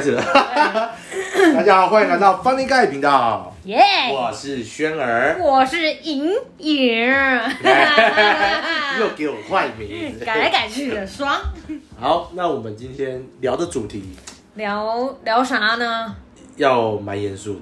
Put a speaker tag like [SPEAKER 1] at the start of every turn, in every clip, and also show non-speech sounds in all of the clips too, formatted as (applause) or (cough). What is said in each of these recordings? [SPEAKER 1] 始了， (laughs) 大家好，欢迎来到 Funny Guy 频道，
[SPEAKER 2] 耶、
[SPEAKER 1] 我是轩儿，
[SPEAKER 2] 我是莹莹，
[SPEAKER 1] 又给我换名字，
[SPEAKER 2] (laughs) 嗯改来改去的爽。
[SPEAKER 1] (laughs) 好，那我们今天聊的主题
[SPEAKER 2] 聊聊啥呢
[SPEAKER 1] 要蛮严肃的，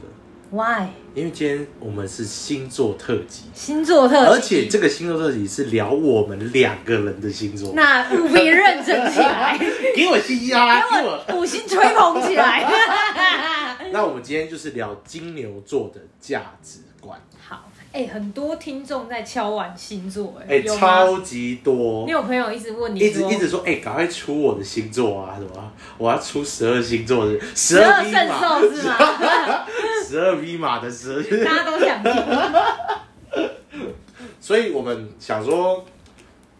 [SPEAKER 2] ？Why
[SPEAKER 1] 因为今天我们是星座特辑，
[SPEAKER 2] 星座特辑
[SPEAKER 1] 而且这个星座特辑是聊我们两个人的星座，
[SPEAKER 2] (laughs) 那务必认真起来，
[SPEAKER 1] 给我嘻嘻哈哈，
[SPEAKER 2] 给
[SPEAKER 1] 给我。
[SPEAKER 2] 我五星吹捧起来。 (laughs)
[SPEAKER 1] 那我们今天就是聊金牛座的价值观，
[SPEAKER 2] 好，哎、很多听众在敲碗星座、哎、
[SPEAKER 1] 哎、
[SPEAKER 2] 有吗？
[SPEAKER 1] 超级多
[SPEAKER 2] 你。有朋友一直问你
[SPEAKER 1] 一直
[SPEAKER 2] 说
[SPEAKER 1] 一直说，哎、赶快出我的星座啊，什么？我要出十二星座的十
[SPEAKER 2] 十二
[SPEAKER 1] 二 V
[SPEAKER 2] 圣
[SPEAKER 1] 码，
[SPEAKER 2] 兽是吗？
[SPEAKER 1] 十二 V 码的十。
[SPEAKER 2] 大家都
[SPEAKER 1] (laughs)
[SPEAKER 2] 想
[SPEAKER 1] 啊
[SPEAKER 2] 听，
[SPEAKER 1] 所以我们想说，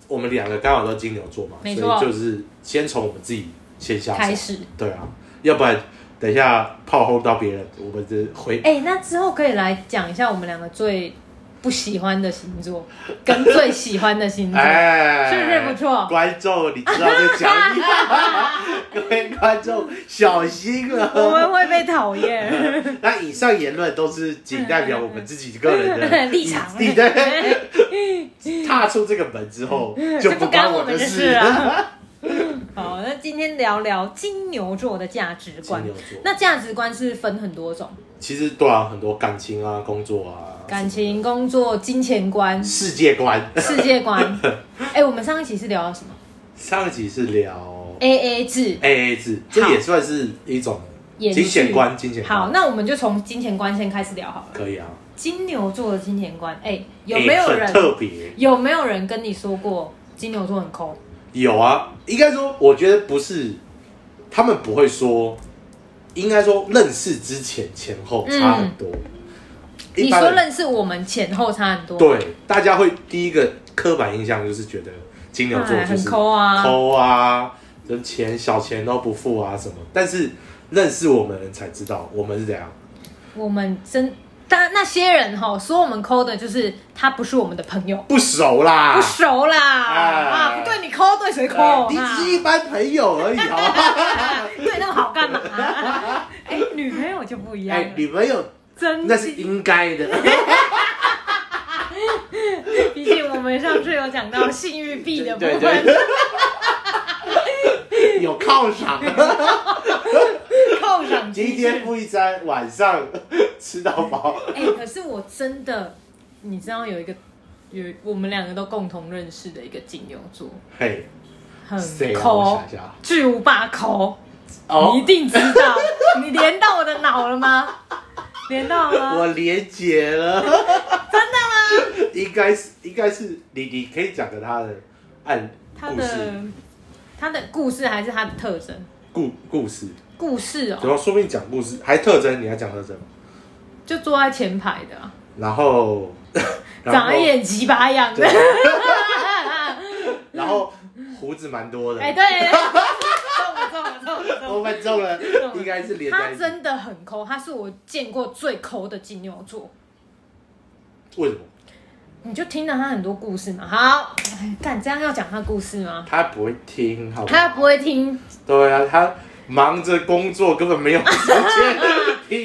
[SPEAKER 1] 我们两个刚好都金牛座嘛，所
[SPEAKER 2] 没
[SPEAKER 1] 以
[SPEAKER 2] 错
[SPEAKER 1] 就是先从我们自己先下手
[SPEAKER 2] 开始。
[SPEAKER 1] 对啊，要不然等一下炮轰到别人，我们的回
[SPEAKER 2] 哎、那之后可以来讲一下我们两个最不喜欢的星座，跟最喜欢的星座。
[SPEAKER 1] 哎，
[SPEAKER 2] 是不是不错
[SPEAKER 1] 观众，你知道在讲你， (laughs) 各位观众小心啊
[SPEAKER 2] 我
[SPEAKER 1] 了。
[SPEAKER 2] 们会被讨 (laughs) 厌。
[SPEAKER 1] 那以上言论都是仅代表我们自己个人的
[SPEAKER 2] 立场
[SPEAKER 1] 你在踏出这个门之后，就
[SPEAKER 2] 就不
[SPEAKER 1] 干
[SPEAKER 2] 干我
[SPEAKER 1] 的
[SPEAKER 2] 们的
[SPEAKER 1] 事
[SPEAKER 2] 事 (laughs) 啊。好，那今天聊聊金牛座的价值观
[SPEAKER 1] 金牛。座
[SPEAKER 2] 那价值观是分很多种，
[SPEAKER 1] 其实对啊，很多感情啊、工作啊、
[SPEAKER 2] 感情、工作、金钱观、
[SPEAKER 1] 世界观。
[SPEAKER 2] 世界观。哎、我们上一期是聊到什么
[SPEAKER 1] 上一集是聊
[SPEAKER 2] ？A A 制。
[SPEAKER 1] A A 制，这也算是一种
[SPEAKER 2] 延
[SPEAKER 1] 金钱
[SPEAKER 2] 续
[SPEAKER 1] 观，金钱观
[SPEAKER 2] 好，那我们就从金钱观先开始聊好了。
[SPEAKER 1] 可以啊。
[SPEAKER 2] 金牛座的金钱观，哎、有没有
[SPEAKER 1] 欸
[SPEAKER 2] (laughs) 人、
[SPEAKER 1] 很特别？
[SPEAKER 2] 有没有人跟你说过金牛座很抠？
[SPEAKER 1] 有啊，应该说，我觉得不是，他们不会说，应该说认识之前前后差很多。一
[SPEAKER 2] 嗯你
[SPEAKER 1] 般
[SPEAKER 2] 说
[SPEAKER 1] 人
[SPEAKER 2] 认识我们前后差很多，
[SPEAKER 1] 对，大家会第一个刻板印象就是觉得金牛座
[SPEAKER 2] 哎
[SPEAKER 1] 就是
[SPEAKER 2] 很抠啊
[SPEAKER 1] 抠啊，就钱小钱都不付啊什么。但是认识我们的人才知道我们是怎样，
[SPEAKER 2] 我们真，但那些人哈说我们抠的，就是他不是我们的朋友，
[SPEAKER 1] 不熟啦，
[SPEAKER 2] 不熟啦，
[SPEAKER 1] 哎
[SPEAKER 2] 啊，不对你抠，对谁
[SPEAKER 1] 呃
[SPEAKER 2] 抠？
[SPEAKER 1] 你
[SPEAKER 2] 啊
[SPEAKER 1] 只是一般朋友而已，好不
[SPEAKER 2] (laughs)
[SPEAKER 1] 好？
[SPEAKER 2] 对那么好
[SPEAKER 1] (laughs)
[SPEAKER 2] 干嘛？哎，女朋友就不一样
[SPEAKER 1] 哎
[SPEAKER 2] 了，，
[SPEAKER 1] 女朋友
[SPEAKER 2] 真
[SPEAKER 1] 那
[SPEAKER 2] 的
[SPEAKER 1] 是应该的，
[SPEAKER 2] 毕竟我们上次有讲到性欲壁的部
[SPEAKER 1] 对对
[SPEAKER 2] 分，
[SPEAKER 1] 对，
[SPEAKER 2] (laughs)
[SPEAKER 1] 有犒赏。
[SPEAKER 2] 扣上
[SPEAKER 1] 今
[SPEAKER 2] 机
[SPEAKER 1] 天
[SPEAKER 2] 制。
[SPEAKER 1] 付一餐，晚上吃到饱。
[SPEAKER 2] 哎，可是我真的，你知道有一个有我们两个都共同认识的一个金牛座，
[SPEAKER 1] 嘿，谁
[SPEAKER 2] 很
[SPEAKER 1] 啊？我
[SPEAKER 2] 抠
[SPEAKER 1] 想一，下，
[SPEAKER 2] 巨无霸抠。
[SPEAKER 1] 哦
[SPEAKER 2] 你一定知道，你连到我的脑了
[SPEAKER 1] (laughs)
[SPEAKER 2] 吗？连到了吗？
[SPEAKER 1] 我连结
[SPEAKER 2] (laughs)
[SPEAKER 1] 了，真的吗？应该是，应该是你，你可以讲个他的案
[SPEAKER 2] 他
[SPEAKER 1] 故事
[SPEAKER 2] 的他的故事还是他的特征？
[SPEAKER 1] 故故事，
[SPEAKER 2] 故事哦，
[SPEAKER 1] 然后说不定讲故事还特征，你要讲特征吗，
[SPEAKER 2] 就坐在前排的啊、
[SPEAKER 1] 然
[SPEAKER 2] (laughs)
[SPEAKER 1] 后然后
[SPEAKER 2] 长得也鸡巴样的
[SPEAKER 1] 对。然后胡子蛮多的，
[SPEAKER 2] (laughs) 哎，对，中了中了中了中
[SPEAKER 1] 我
[SPEAKER 2] 了。
[SPEAKER 1] 们中了，
[SPEAKER 2] 中了
[SPEAKER 1] 应该是连在
[SPEAKER 2] 他
[SPEAKER 1] 一起。
[SPEAKER 2] 真的很抠，他是我见过最抠的金牛座。
[SPEAKER 1] 为什么？
[SPEAKER 2] 你就听了他很多故事嘛。好，哎干这样要讲他故事吗？
[SPEAKER 1] 他不会听，好不好？
[SPEAKER 2] 他不会听。
[SPEAKER 1] 对啊，他忙着工作，根本没有时间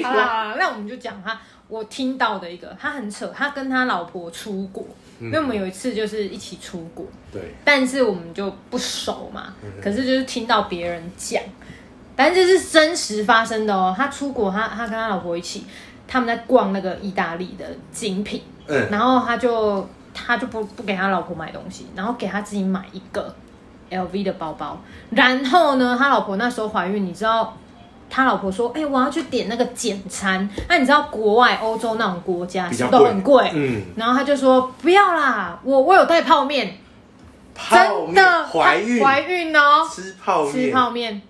[SPEAKER 1] (laughs) 听啊
[SPEAKER 2] (laughs) 好啦，好啦那我们就讲他，我听到的一个，他很扯，他跟他老婆出国，因为我们有一次就是一起出国，
[SPEAKER 1] 对，
[SPEAKER 2] 但是我们就不熟嘛
[SPEAKER 1] 嗯，
[SPEAKER 2] 可是就是听到别人讲，但这是真实发生的哦。他出国，他他跟他老婆一起，他们在逛那个意大利的精品，
[SPEAKER 1] (laughs) 嗯，
[SPEAKER 2] 然后他就他就不不给他老婆买东西，然后给他自己买一个 LV 的包包。然后呢，他老婆那时候怀孕，你知道，他老婆说：“哎、我要去点那个简餐。”那你知道国外欧洲那种国家
[SPEAKER 1] 比
[SPEAKER 2] 什
[SPEAKER 1] 较
[SPEAKER 2] 么都很贵，
[SPEAKER 1] 嗯，
[SPEAKER 2] 然后他就说：“不要啦，我我有带泡面，
[SPEAKER 1] 泡
[SPEAKER 2] 真
[SPEAKER 1] 面
[SPEAKER 2] 的
[SPEAKER 1] (laughs) 怀孕
[SPEAKER 2] 怀孕哦，
[SPEAKER 1] 吃泡面，
[SPEAKER 2] 吃泡面。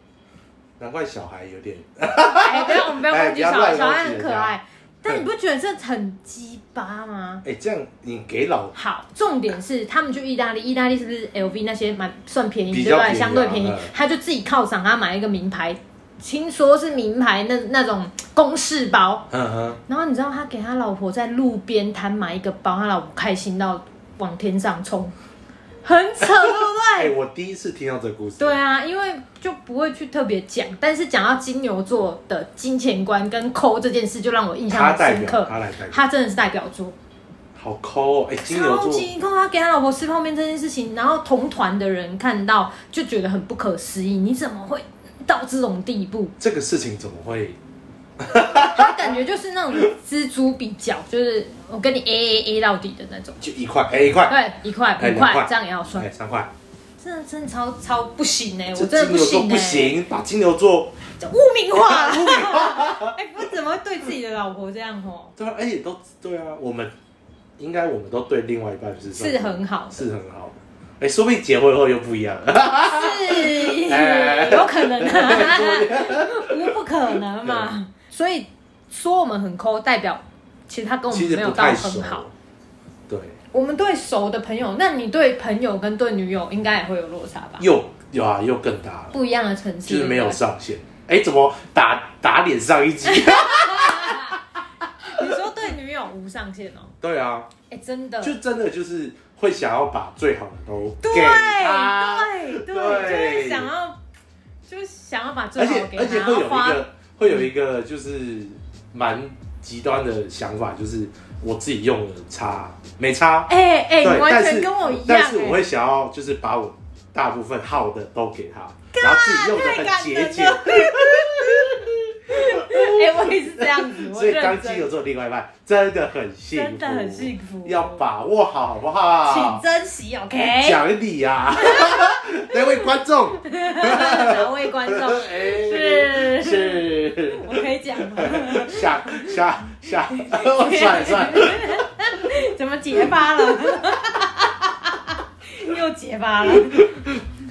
[SPEAKER 1] 难怪小孩有点
[SPEAKER 2] 哎，不要我们不要
[SPEAKER 1] 哎
[SPEAKER 2] 忘
[SPEAKER 1] 不
[SPEAKER 2] 记
[SPEAKER 1] 要
[SPEAKER 2] 小
[SPEAKER 1] 乱
[SPEAKER 2] 孩，小
[SPEAKER 1] 忘
[SPEAKER 2] 孩
[SPEAKER 1] 记
[SPEAKER 2] 很
[SPEAKER 1] 人
[SPEAKER 2] 可
[SPEAKER 1] 家
[SPEAKER 2] 爱。但你不觉得这很鸡巴吗？”
[SPEAKER 1] 哎、这样你给老
[SPEAKER 2] 好，重点是他们去意大利，意大利是不是 LV 那些蛮算便宜，
[SPEAKER 1] 比
[SPEAKER 2] 对
[SPEAKER 1] 较
[SPEAKER 2] 不
[SPEAKER 1] 便宜啊
[SPEAKER 2] 对？相对便宜
[SPEAKER 1] 嗯，
[SPEAKER 2] 他就自己犒赏他买一个名牌，听说是名牌那那种公事包。
[SPEAKER 1] 嗯哼，
[SPEAKER 2] 然后你知道他给他老婆在路边摊买一个包，他老婆开心到往天上冲，很扯，对不
[SPEAKER 1] 哎、
[SPEAKER 2] 对？ (laughs)
[SPEAKER 1] 我第一次听到这个故事。
[SPEAKER 2] 对啊，因为就不会去特别讲，但是讲到金牛座的金钱观跟抠这件事，就让我印象
[SPEAKER 1] 他
[SPEAKER 2] 很
[SPEAKER 1] 代
[SPEAKER 2] 深
[SPEAKER 1] 表，
[SPEAKER 2] 刻。
[SPEAKER 1] 他来代表，
[SPEAKER 2] 他真的是代表作，
[SPEAKER 1] 好抠哦！哎、金牛
[SPEAKER 2] 超
[SPEAKER 1] 座，
[SPEAKER 2] 级抠。他给他老婆吃泡面这件事情，然后同团的人看到就觉得很不可思议，你怎么会到这种地
[SPEAKER 1] (laughs)
[SPEAKER 2] 步？
[SPEAKER 1] 这个事情怎么会？
[SPEAKER 2] 他感觉就是那种锱铢必较，就是我跟你 A A A 到底的那种。
[SPEAKER 1] 就一块，哎、一块，
[SPEAKER 2] 对，一块
[SPEAKER 1] 哎
[SPEAKER 2] 五
[SPEAKER 1] 两
[SPEAKER 2] 块
[SPEAKER 1] 块
[SPEAKER 2] 这样也要算
[SPEAKER 1] 哎，，三块。
[SPEAKER 2] 真的真的超超不行哎、
[SPEAKER 1] 这
[SPEAKER 2] 我
[SPEAKER 1] 金
[SPEAKER 2] 真的不
[SPEAKER 1] 牛座
[SPEAKER 2] 行
[SPEAKER 1] 不
[SPEAKER 2] 哎、
[SPEAKER 1] 行，把金牛座，
[SPEAKER 2] 这污
[SPEAKER 1] (laughs)
[SPEAKER 2] 名化了，污名化。哎，我怎么会对自己的老婆这样吼？
[SPEAKER 1] 对啊，哎、都对啊，我们应该我们都对另外一半是算
[SPEAKER 2] 是很好的，
[SPEAKER 1] 是很好的。哎、说不定结婚后又不一样了。哎
[SPEAKER 2] 是有可能
[SPEAKER 1] (laughs)
[SPEAKER 2] 啊，无不可能嘛。所以说我们很抠，代表其实他跟我
[SPEAKER 1] 其
[SPEAKER 2] 们
[SPEAKER 1] 实
[SPEAKER 2] 没
[SPEAKER 1] 不
[SPEAKER 2] 有到
[SPEAKER 1] 太熟
[SPEAKER 2] 很好。。
[SPEAKER 1] 对，
[SPEAKER 2] 我们对熟的朋友，那你对朋友跟对女友应该也会有落差吧？
[SPEAKER 1] 又有啊，又更大了，
[SPEAKER 2] 不一样的层次，
[SPEAKER 1] 就是没有
[SPEAKER 2] 对不对
[SPEAKER 1] 上限。哎、怎么打打脸上一
[SPEAKER 2] (laughs)
[SPEAKER 1] 集？
[SPEAKER 2] 你说对女友无上限哦？
[SPEAKER 1] 对啊，
[SPEAKER 2] 哎，真的，
[SPEAKER 1] 就真的就是会想要把最好的都
[SPEAKER 2] 对
[SPEAKER 1] 给他。
[SPEAKER 2] 对对，就
[SPEAKER 1] 对
[SPEAKER 2] 是想要，就是想要把啊最
[SPEAKER 1] 而
[SPEAKER 2] 好
[SPEAKER 1] 且
[SPEAKER 2] 的给他，
[SPEAKER 1] 而且会有一
[SPEAKER 2] 然后花
[SPEAKER 1] 个会有一个就是蛮极端的想法，就是我自己用了差没差，
[SPEAKER 2] 哎哎，
[SPEAKER 1] 对
[SPEAKER 2] 你完
[SPEAKER 1] 但
[SPEAKER 2] 全
[SPEAKER 1] 是
[SPEAKER 2] 跟我一样，
[SPEAKER 1] 但是我
[SPEAKER 2] 哎
[SPEAKER 1] 会想要就是把我大部分好的都给他，然后自己用的
[SPEAKER 2] 太感
[SPEAKER 1] 很节
[SPEAKER 2] 人 (laughs)
[SPEAKER 1] 俭
[SPEAKER 2] 了。。哎，我也是这样子，我
[SPEAKER 1] 所以
[SPEAKER 2] 认
[SPEAKER 1] 当金
[SPEAKER 2] 真
[SPEAKER 1] 牛，座另外一半真的很幸福，
[SPEAKER 2] 真的很幸福
[SPEAKER 1] 要把握好，好不好
[SPEAKER 2] 请？珍惜，OK？
[SPEAKER 1] 啊
[SPEAKER 2] (laughs)
[SPEAKER 1] 讲理啊！那位观众，
[SPEAKER 2] 哪位观众？
[SPEAKER 1] 哎 (laughs)
[SPEAKER 2] 是
[SPEAKER 1] 是。
[SPEAKER 2] 我可以讲吗？
[SPEAKER 1] 下下下，我哦算了算了，
[SPEAKER 2] 怎么结巴了？ (laughs) 又结巴了。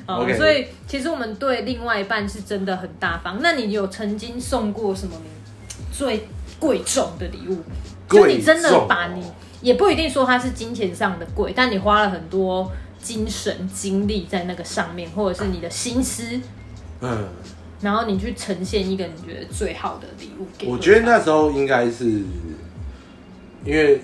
[SPEAKER 2] 哦
[SPEAKER 1] OK
[SPEAKER 2] 所以其实我们对另外一半是真的很大方。那你有曾经送过什么你最贵重的礼物？就你真的把你
[SPEAKER 1] 贵重哦
[SPEAKER 2] 也不一定说它是金钱上的贵，但你花了很多精神精力在那个上面，或者是你的心思，
[SPEAKER 1] 嗯，
[SPEAKER 2] 然后你去呈现一个你觉得最好的礼物给对方。
[SPEAKER 1] 我觉得那时候应该是因为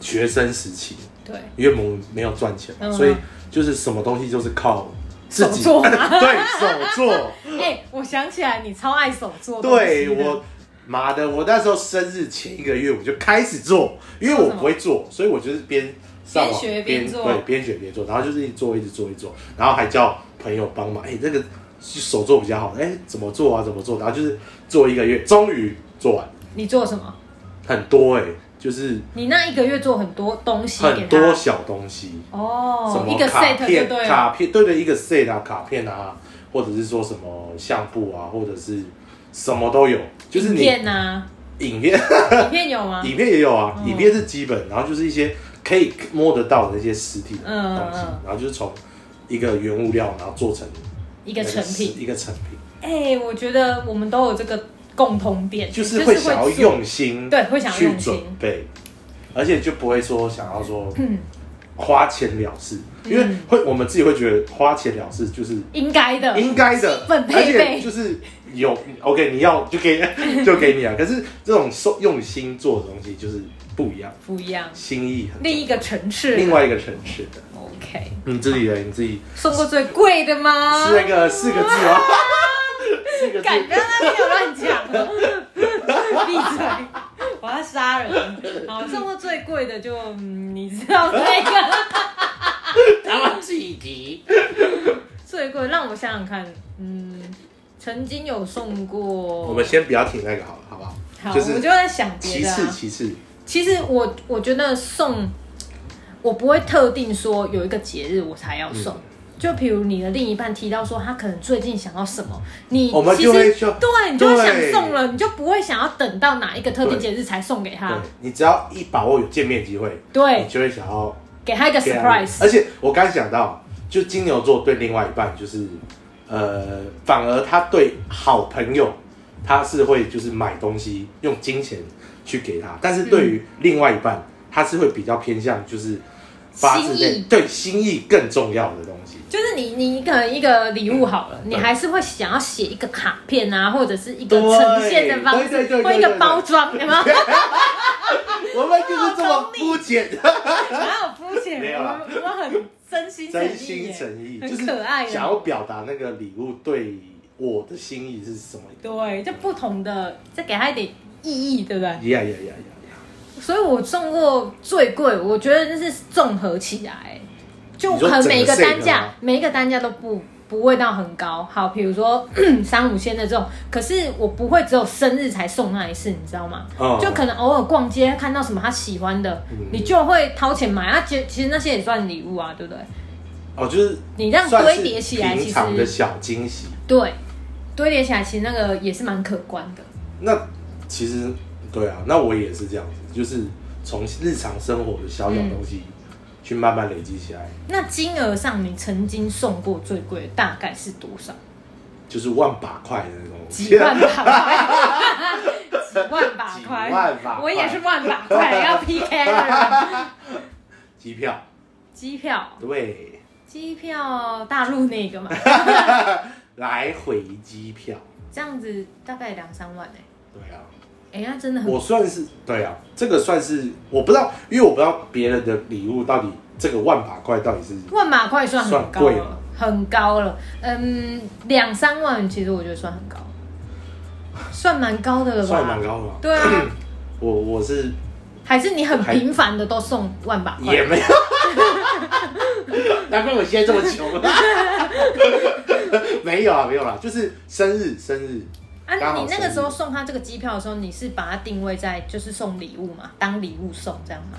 [SPEAKER 1] 学生时期，
[SPEAKER 2] 对
[SPEAKER 1] 因为我们没有赚钱，
[SPEAKER 2] 嗯
[SPEAKER 1] 所以就是什么东西就是靠自己，
[SPEAKER 2] 手做
[SPEAKER 1] (laughs) 对手做，
[SPEAKER 2] 哎、我想起来，你超爱手做东西
[SPEAKER 1] 对
[SPEAKER 2] 的。
[SPEAKER 1] 我。妈的！我那时候生日前一个月我就开始做，因为我不会做，所以我就是边上网
[SPEAKER 2] 边学边做
[SPEAKER 1] 对边学边做，然后就是一直做一直做一直做，然后还叫朋友帮忙，哎、这个手做比较好，哎、怎么做啊怎么做，然后就是做一个月，终于做完，
[SPEAKER 2] 你做什么？
[SPEAKER 1] 很多哎、就是
[SPEAKER 2] 你那一个月做很多东西给
[SPEAKER 1] 很
[SPEAKER 2] 他，
[SPEAKER 1] 多小东西，什
[SPEAKER 2] 哦，一
[SPEAKER 1] 么
[SPEAKER 2] 个
[SPEAKER 1] 卡
[SPEAKER 2] set 就
[SPEAKER 1] 片
[SPEAKER 2] 对了，
[SPEAKER 1] 卡片对对一个 set 啊卡片啊，或者是说什么相簿啊，或者是什么都有，就是
[SPEAKER 2] 影
[SPEAKER 1] 你
[SPEAKER 2] 片呐、
[SPEAKER 1] 影片。
[SPEAKER 2] 啊，影片有吗？
[SPEAKER 1] 里面也有啊，
[SPEAKER 2] 嗯
[SPEAKER 1] 里面是基本，然后就是一些可以摸得到的那些实体的
[SPEAKER 2] 嗯
[SPEAKER 1] 东西
[SPEAKER 2] 嗯，
[SPEAKER 1] 然后就是从一个原物料，然后做成
[SPEAKER 2] 一个成品。
[SPEAKER 1] 一个成品，
[SPEAKER 2] 哎、我觉得我们都有这个共通点，
[SPEAKER 1] 就是会想要用心，
[SPEAKER 2] 对会想要
[SPEAKER 1] 去
[SPEAKER 2] 用心
[SPEAKER 1] 准备，而且就不会说想要说
[SPEAKER 2] 嗯
[SPEAKER 1] 花钱了事，因为会我们自己会觉得花钱了事就是
[SPEAKER 2] 应该的，
[SPEAKER 1] 应该的
[SPEAKER 2] 基，本
[SPEAKER 1] 而
[SPEAKER 2] 配备
[SPEAKER 1] 且就是有 OK，你要就给 (laughs) 就给你啊，可是这种受用心做的东西就是不一样，
[SPEAKER 2] 不一样，
[SPEAKER 1] 心意很重
[SPEAKER 2] 另
[SPEAKER 1] 要
[SPEAKER 2] 一个层次。
[SPEAKER 1] 另外一个城市的。
[SPEAKER 2] ，OK，
[SPEAKER 1] 你自嗯己的，你自己
[SPEAKER 2] 送过最贵的吗？
[SPEAKER 1] 是那个四个字吗？四个字，
[SPEAKER 2] 敢让他没有乱讲， (laughs) 闭嘴！我要杀人。好，送过最贵的就、嗯你知道那个
[SPEAKER 1] 他们自己提。
[SPEAKER 2] 最贵，让我想想看，嗯，曾经有送过，
[SPEAKER 1] (laughs) 我们先不要提那个好了，好不好？
[SPEAKER 2] 好，
[SPEAKER 1] 就是
[SPEAKER 2] 我就在想别
[SPEAKER 1] 其
[SPEAKER 2] 的、啊。
[SPEAKER 1] 次，其次，
[SPEAKER 2] 其实我我觉得送，我不会特定说有一个节日我才要
[SPEAKER 1] 嗯
[SPEAKER 2] 送。就比如你的另一半提到说他可能最近想要什么，你
[SPEAKER 1] 我们
[SPEAKER 2] 其
[SPEAKER 1] 就会
[SPEAKER 2] 实
[SPEAKER 1] 说
[SPEAKER 2] 对你就会想
[SPEAKER 1] 对
[SPEAKER 2] 送了，你就不会想要等到哪一个特定
[SPEAKER 1] 对
[SPEAKER 2] 节日才送给他
[SPEAKER 1] 对。你只要一把握有见面机会，
[SPEAKER 2] 对
[SPEAKER 1] 你，就会想要
[SPEAKER 2] 给他一个
[SPEAKER 1] 给他
[SPEAKER 2] surprise。
[SPEAKER 1] 而且我刚想到，就金牛座对另外一半就是，呃，反而他对好朋友，他是会就是买东西用金钱去给他，但是对于另外一半，他是会比较偏向就是发自
[SPEAKER 2] 心
[SPEAKER 1] 内
[SPEAKER 2] 意
[SPEAKER 1] 对心意更重要的东西。
[SPEAKER 2] 就是你，你可能一个礼物好了，你还是会想要写一个卡片啊，或者是一个
[SPEAKER 1] 嗯对
[SPEAKER 2] 呈现的方
[SPEAKER 1] 对对
[SPEAKER 2] 式，
[SPEAKER 1] 对对
[SPEAKER 2] 或一个
[SPEAKER 1] 对
[SPEAKER 2] 包装，
[SPEAKER 1] (laughs)
[SPEAKER 2] 对吗？
[SPEAKER 1] 我们就是这么肤浅，
[SPEAKER 2] 哪有肤浅？
[SPEAKER 1] 没有
[SPEAKER 2] 我
[SPEAKER 1] 啦
[SPEAKER 2] 们我们很珍惜心诚意
[SPEAKER 1] 真
[SPEAKER 2] 耶
[SPEAKER 1] 心诚意，
[SPEAKER 2] 很
[SPEAKER 1] 就是
[SPEAKER 2] 可爱耶
[SPEAKER 1] 想要表达那个礼物对我的心意是什么。
[SPEAKER 2] 对，就不同的，再给他一点意义，对不对？
[SPEAKER 1] 呀呀呀呀呀！
[SPEAKER 2] 所以我送过最贵，我觉得那是综合起来，就
[SPEAKER 1] 你
[SPEAKER 2] 可
[SPEAKER 1] 说
[SPEAKER 2] 能每一
[SPEAKER 1] 整
[SPEAKER 2] 个
[SPEAKER 1] 个 set
[SPEAKER 2] 单价
[SPEAKER 1] 吗，
[SPEAKER 2] 每一个单价都不不味道很高。好，比如说三五千的这种，可是我不会只有生日才送那一次，你知道吗？
[SPEAKER 1] 哦嗯
[SPEAKER 2] 就可能偶尔逛街看到什么他喜欢的，你就会掏钱买。啊，其其实那些也算礼物啊，对不对？
[SPEAKER 1] 哦，就是
[SPEAKER 2] 你这样
[SPEAKER 1] 算是
[SPEAKER 2] 堆叠起来，其
[SPEAKER 1] 平常的
[SPEAKER 2] 实
[SPEAKER 1] 小惊喜。
[SPEAKER 2] 对，堆叠起来其实那个也是蛮可观的。
[SPEAKER 1] 那其实对啊，那我也是这样子，就是从日常生活的小小东西去慢慢累积起来，
[SPEAKER 2] 那金额上，你曾经送过最贵的大概是多少？
[SPEAKER 1] 就是万把块的那种东西。
[SPEAKER 2] 几万把块，几万把
[SPEAKER 1] (laughs)
[SPEAKER 2] 块，
[SPEAKER 1] 几万把块
[SPEAKER 2] 我也是万把块，要 PK
[SPEAKER 1] (laughs)
[SPEAKER 2] 了。
[SPEAKER 1] 机票，
[SPEAKER 2] 机票，
[SPEAKER 1] 对，
[SPEAKER 2] 机票大陆那个嘛，
[SPEAKER 1] 来回机票，
[SPEAKER 2] 这样子大概两三万欸
[SPEAKER 1] 对啊，
[SPEAKER 2] 哎、哎，那真的很
[SPEAKER 1] 我算是对啊，这个算是我不知道，因为我不知道别人的礼物到底这个万把块到底是
[SPEAKER 2] 万把块算很高
[SPEAKER 1] 算贵
[SPEAKER 2] 了
[SPEAKER 1] 了，
[SPEAKER 2] 很高了。嗯，两三万其实我觉得算很
[SPEAKER 1] (laughs)
[SPEAKER 2] 高，算蛮高的了吧？
[SPEAKER 1] 算蛮。高的吗？(coughs)
[SPEAKER 2] 对啊，
[SPEAKER 1] 我我是
[SPEAKER 2] 还是你很频繁的都送万把块
[SPEAKER 1] 也，没有，
[SPEAKER 2] (laughs)
[SPEAKER 1] 难怪我现在这么穷。没有啊，没有 (laughs) 啦，就是生日，生日。
[SPEAKER 2] 啊，
[SPEAKER 1] 刚好
[SPEAKER 2] 你那
[SPEAKER 1] 生
[SPEAKER 2] 个
[SPEAKER 1] 日
[SPEAKER 2] 时候送他这个机票的时候，你是把它定位在就是送礼物嘛，当礼物送这样吗？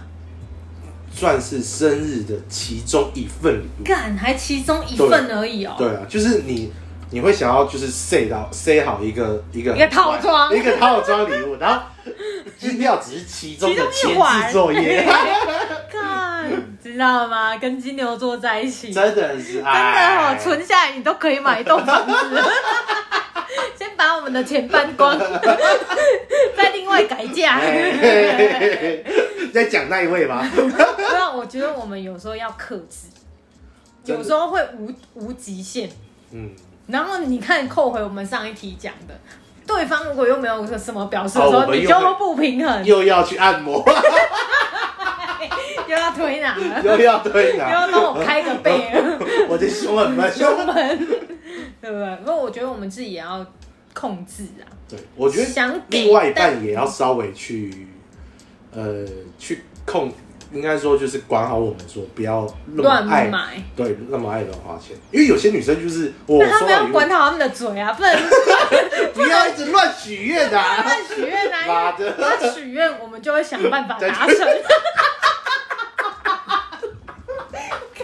[SPEAKER 1] 算是生日的其中一份礼物。
[SPEAKER 2] 干，还其中一份而已哦、
[SPEAKER 1] 嗯对啊，就是你你会想要就是 say 到 say 好一个一个
[SPEAKER 2] 一个套装
[SPEAKER 1] 一个套装礼物，然后 (laughs) 机票只是其中的
[SPEAKER 2] 其中
[SPEAKER 1] 前
[SPEAKER 2] 一环
[SPEAKER 1] 置作业，
[SPEAKER 2] 干，知道吗？跟金牛座在一起，真
[SPEAKER 1] (laughs) 真的是
[SPEAKER 2] 的
[SPEAKER 1] 哎，
[SPEAKER 2] 哦，存下来你都可以买一栋房子。 (laughs) 先把我们的钱搬
[SPEAKER 1] (laughs)
[SPEAKER 2] 光，再另外改嫁。
[SPEAKER 1] 哎嘿嘿嘿嘿 (laughs) 在讲那一位
[SPEAKER 2] (laughs)
[SPEAKER 1] 吗？
[SPEAKER 2] 不然我觉得我们有时候要克制，
[SPEAKER 1] 真的
[SPEAKER 2] 有时候会无无极限。
[SPEAKER 1] 嗯，
[SPEAKER 2] 然后你看，扣回我们上一题讲的，对方如果又没有什么表示的
[SPEAKER 1] 哦
[SPEAKER 2] 时候，
[SPEAKER 1] 我们
[SPEAKER 2] 你
[SPEAKER 1] 又
[SPEAKER 2] 就
[SPEAKER 1] 会
[SPEAKER 2] 不平衡，又
[SPEAKER 1] 又要去按
[SPEAKER 2] (laughs)
[SPEAKER 1] 摩，
[SPEAKER 2] 要推拿了，
[SPEAKER 1] 又要推
[SPEAKER 2] 又要
[SPEAKER 1] 拿，
[SPEAKER 2] 帮我开个
[SPEAKER 1] (laughs)
[SPEAKER 2] 背了，
[SPEAKER 1] 我的胸很闷，
[SPEAKER 2] 胸闷，对不对？不过我觉得我们自己也要控制啊，
[SPEAKER 1] 对，我觉
[SPEAKER 2] 想
[SPEAKER 1] 得
[SPEAKER 2] 给
[SPEAKER 1] 另外一半也要稍微去，呃，去控，应该说就是管好我们说不要那
[SPEAKER 2] 乱
[SPEAKER 1] 么爱，
[SPEAKER 2] 买。
[SPEAKER 1] 对，那么爱乱花钱，因为有些女生就是我
[SPEAKER 2] 那他
[SPEAKER 1] 收
[SPEAKER 2] 们
[SPEAKER 1] 到
[SPEAKER 2] 要
[SPEAKER 1] 礼
[SPEAKER 2] 管
[SPEAKER 1] 物，
[SPEAKER 2] 好他们的嘴啊，
[SPEAKER 1] (laughs)
[SPEAKER 2] 不能
[SPEAKER 1] 不要一直乱许愿的、啊，
[SPEAKER 2] 乱许愿啊！
[SPEAKER 1] 妈
[SPEAKER 2] 因为
[SPEAKER 1] 的，
[SPEAKER 2] 他许愿，我们就会想办法
[SPEAKER 1] (laughs)
[SPEAKER 2] 达成。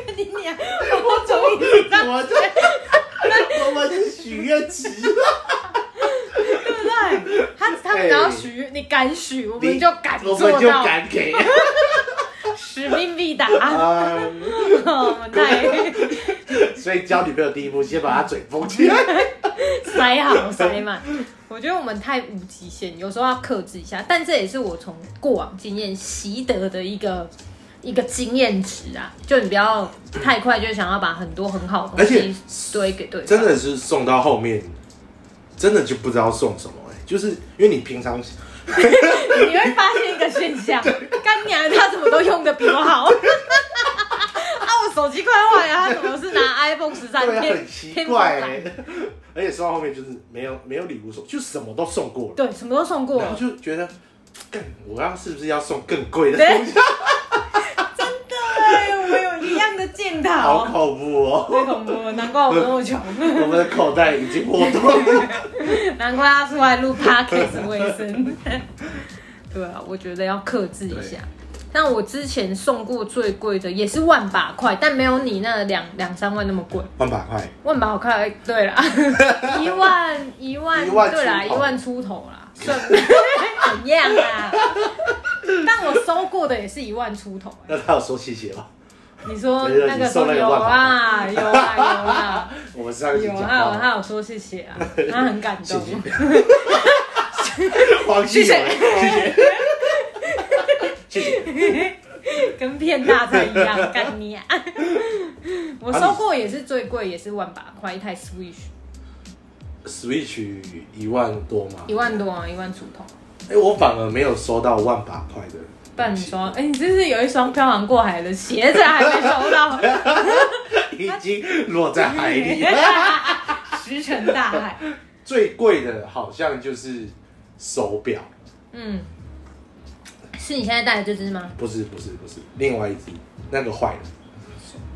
[SPEAKER 2] 跟你娘，我终于让
[SPEAKER 1] 我这 (laughs) 我们是许愿池，
[SPEAKER 2] 对不对？他他们只要许愿，你敢许，我们
[SPEAKER 1] 哎你
[SPEAKER 2] 就敢
[SPEAKER 1] 我
[SPEAKER 2] 做
[SPEAKER 1] 们就
[SPEAKER 2] 到，
[SPEAKER 1] 敢 (laughs) 给，
[SPEAKER 2] 使命必达。 (laughs) 哦
[SPEAKER 1] 啊，
[SPEAKER 2] 我们再
[SPEAKER 1] 所以交女朋友第一步先把她嘴封起 (laughs) 来，
[SPEAKER 2] 塞好塞满。 (laughs) 我觉得我们太无极限，有时候要克制一下。但这也是我从过往经验习得的一个一个经验值啊，就你不要太快就想要把很多很好的东
[SPEAKER 1] 而且
[SPEAKER 2] 西堆给对方。
[SPEAKER 1] 真的是送到后面，真的就不知道送什么、欸，就是因为你平常。
[SPEAKER 2] 你会发现一个现象，
[SPEAKER 1] (laughs)
[SPEAKER 2] 干娘他怎么都用的比我好。 (laughs) 啊，我手机快坏了，他怎么是拿 iPhone 十三
[SPEAKER 1] 对啊，
[SPEAKER 2] 天
[SPEAKER 1] 很奇
[SPEAKER 2] 天空版
[SPEAKER 1] 怪、欸，而且送到后面就是没有没有礼物送，就什么都送过了，
[SPEAKER 2] 对，什么都送过
[SPEAKER 1] 然后
[SPEAKER 2] 了，
[SPEAKER 1] 就觉得，干，我要是不是要送更贵的
[SPEAKER 2] (laughs) 对
[SPEAKER 1] 东西？
[SPEAKER 2] 对，我们有一样的检
[SPEAKER 1] 好
[SPEAKER 2] 讨，
[SPEAKER 1] 恐怖
[SPEAKER 2] (laughs)
[SPEAKER 1] 哦！
[SPEAKER 2] 太恐怖了，难怪我那么
[SPEAKER 1] (laughs)
[SPEAKER 2] 穷，
[SPEAKER 1] 我们的口袋已经破洞了。
[SPEAKER 2] 难怪他出来录 podcast 卫生。 (laughs) 对啊，我觉得要克制一下
[SPEAKER 1] 对。
[SPEAKER 2] 那我之前送过最贵的也是万把块，但没有你那两两三万那么贵。
[SPEAKER 1] 万把块，
[SPEAKER 2] 万把块，
[SPEAKER 1] (laughs)
[SPEAKER 2] 对啦，一万一万，
[SPEAKER 1] 一万
[SPEAKER 2] 对啦，
[SPEAKER 1] 出
[SPEAKER 2] 一
[SPEAKER 1] 头
[SPEAKER 2] 万出头啦，算 (laughs) 怎样啊？但我收过的也是一万出头、欸
[SPEAKER 1] 那他有说谢谢吗？
[SPEAKER 2] 你说
[SPEAKER 1] 没有
[SPEAKER 2] 那个
[SPEAKER 1] 你
[SPEAKER 2] 时候
[SPEAKER 1] 送那个
[SPEAKER 2] 有
[SPEAKER 1] 万把
[SPEAKER 2] 啊，有啊，有
[SPEAKER 1] (laughs)
[SPEAKER 2] 啊，
[SPEAKER 1] 我们上一集
[SPEAKER 2] 有
[SPEAKER 1] 讲
[SPEAKER 2] 啊，我
[SPEAKER 1] 到
[SPEAKER 2] 他有说谢谢啊，他很感
[SPEAKER 1] 谢
[SPEAKER 2] 动。
[SPEAKER 1] 谢，黄欸继勇，谢谢，谢谢。
[SPEAKER 2] 跟骗大餐一样，干
[SPEAKER 1] (laughs)
[SPEAKER 2] 你、啊！我收过也是最贵，也是万把块，一台 Switch
[SPEAKER 1] Switch 一万多嘛
[SPEAKER 2] 一？万多啊，一万出头。
[SPEAKER 1] 哎，我反而没有收到万把块的。
[SPEAKER 2] 不然你说，哎、你这是有一双漂洋过海的鞋子还没收到，
[SPEAKER 1] (laughs)
[SPEAKER 2] (laughs)
[SPEAKER 1] 已经落在海里了。
[SPEAKER 2] 石沉大海。
[SPEAKER 1] 最贵的好像就是手表，
[SPEAKER 2] 嗯，是你现在戴的这只吗？
[SPEAKER 1] 不是不是不是，另外一只那个坏了，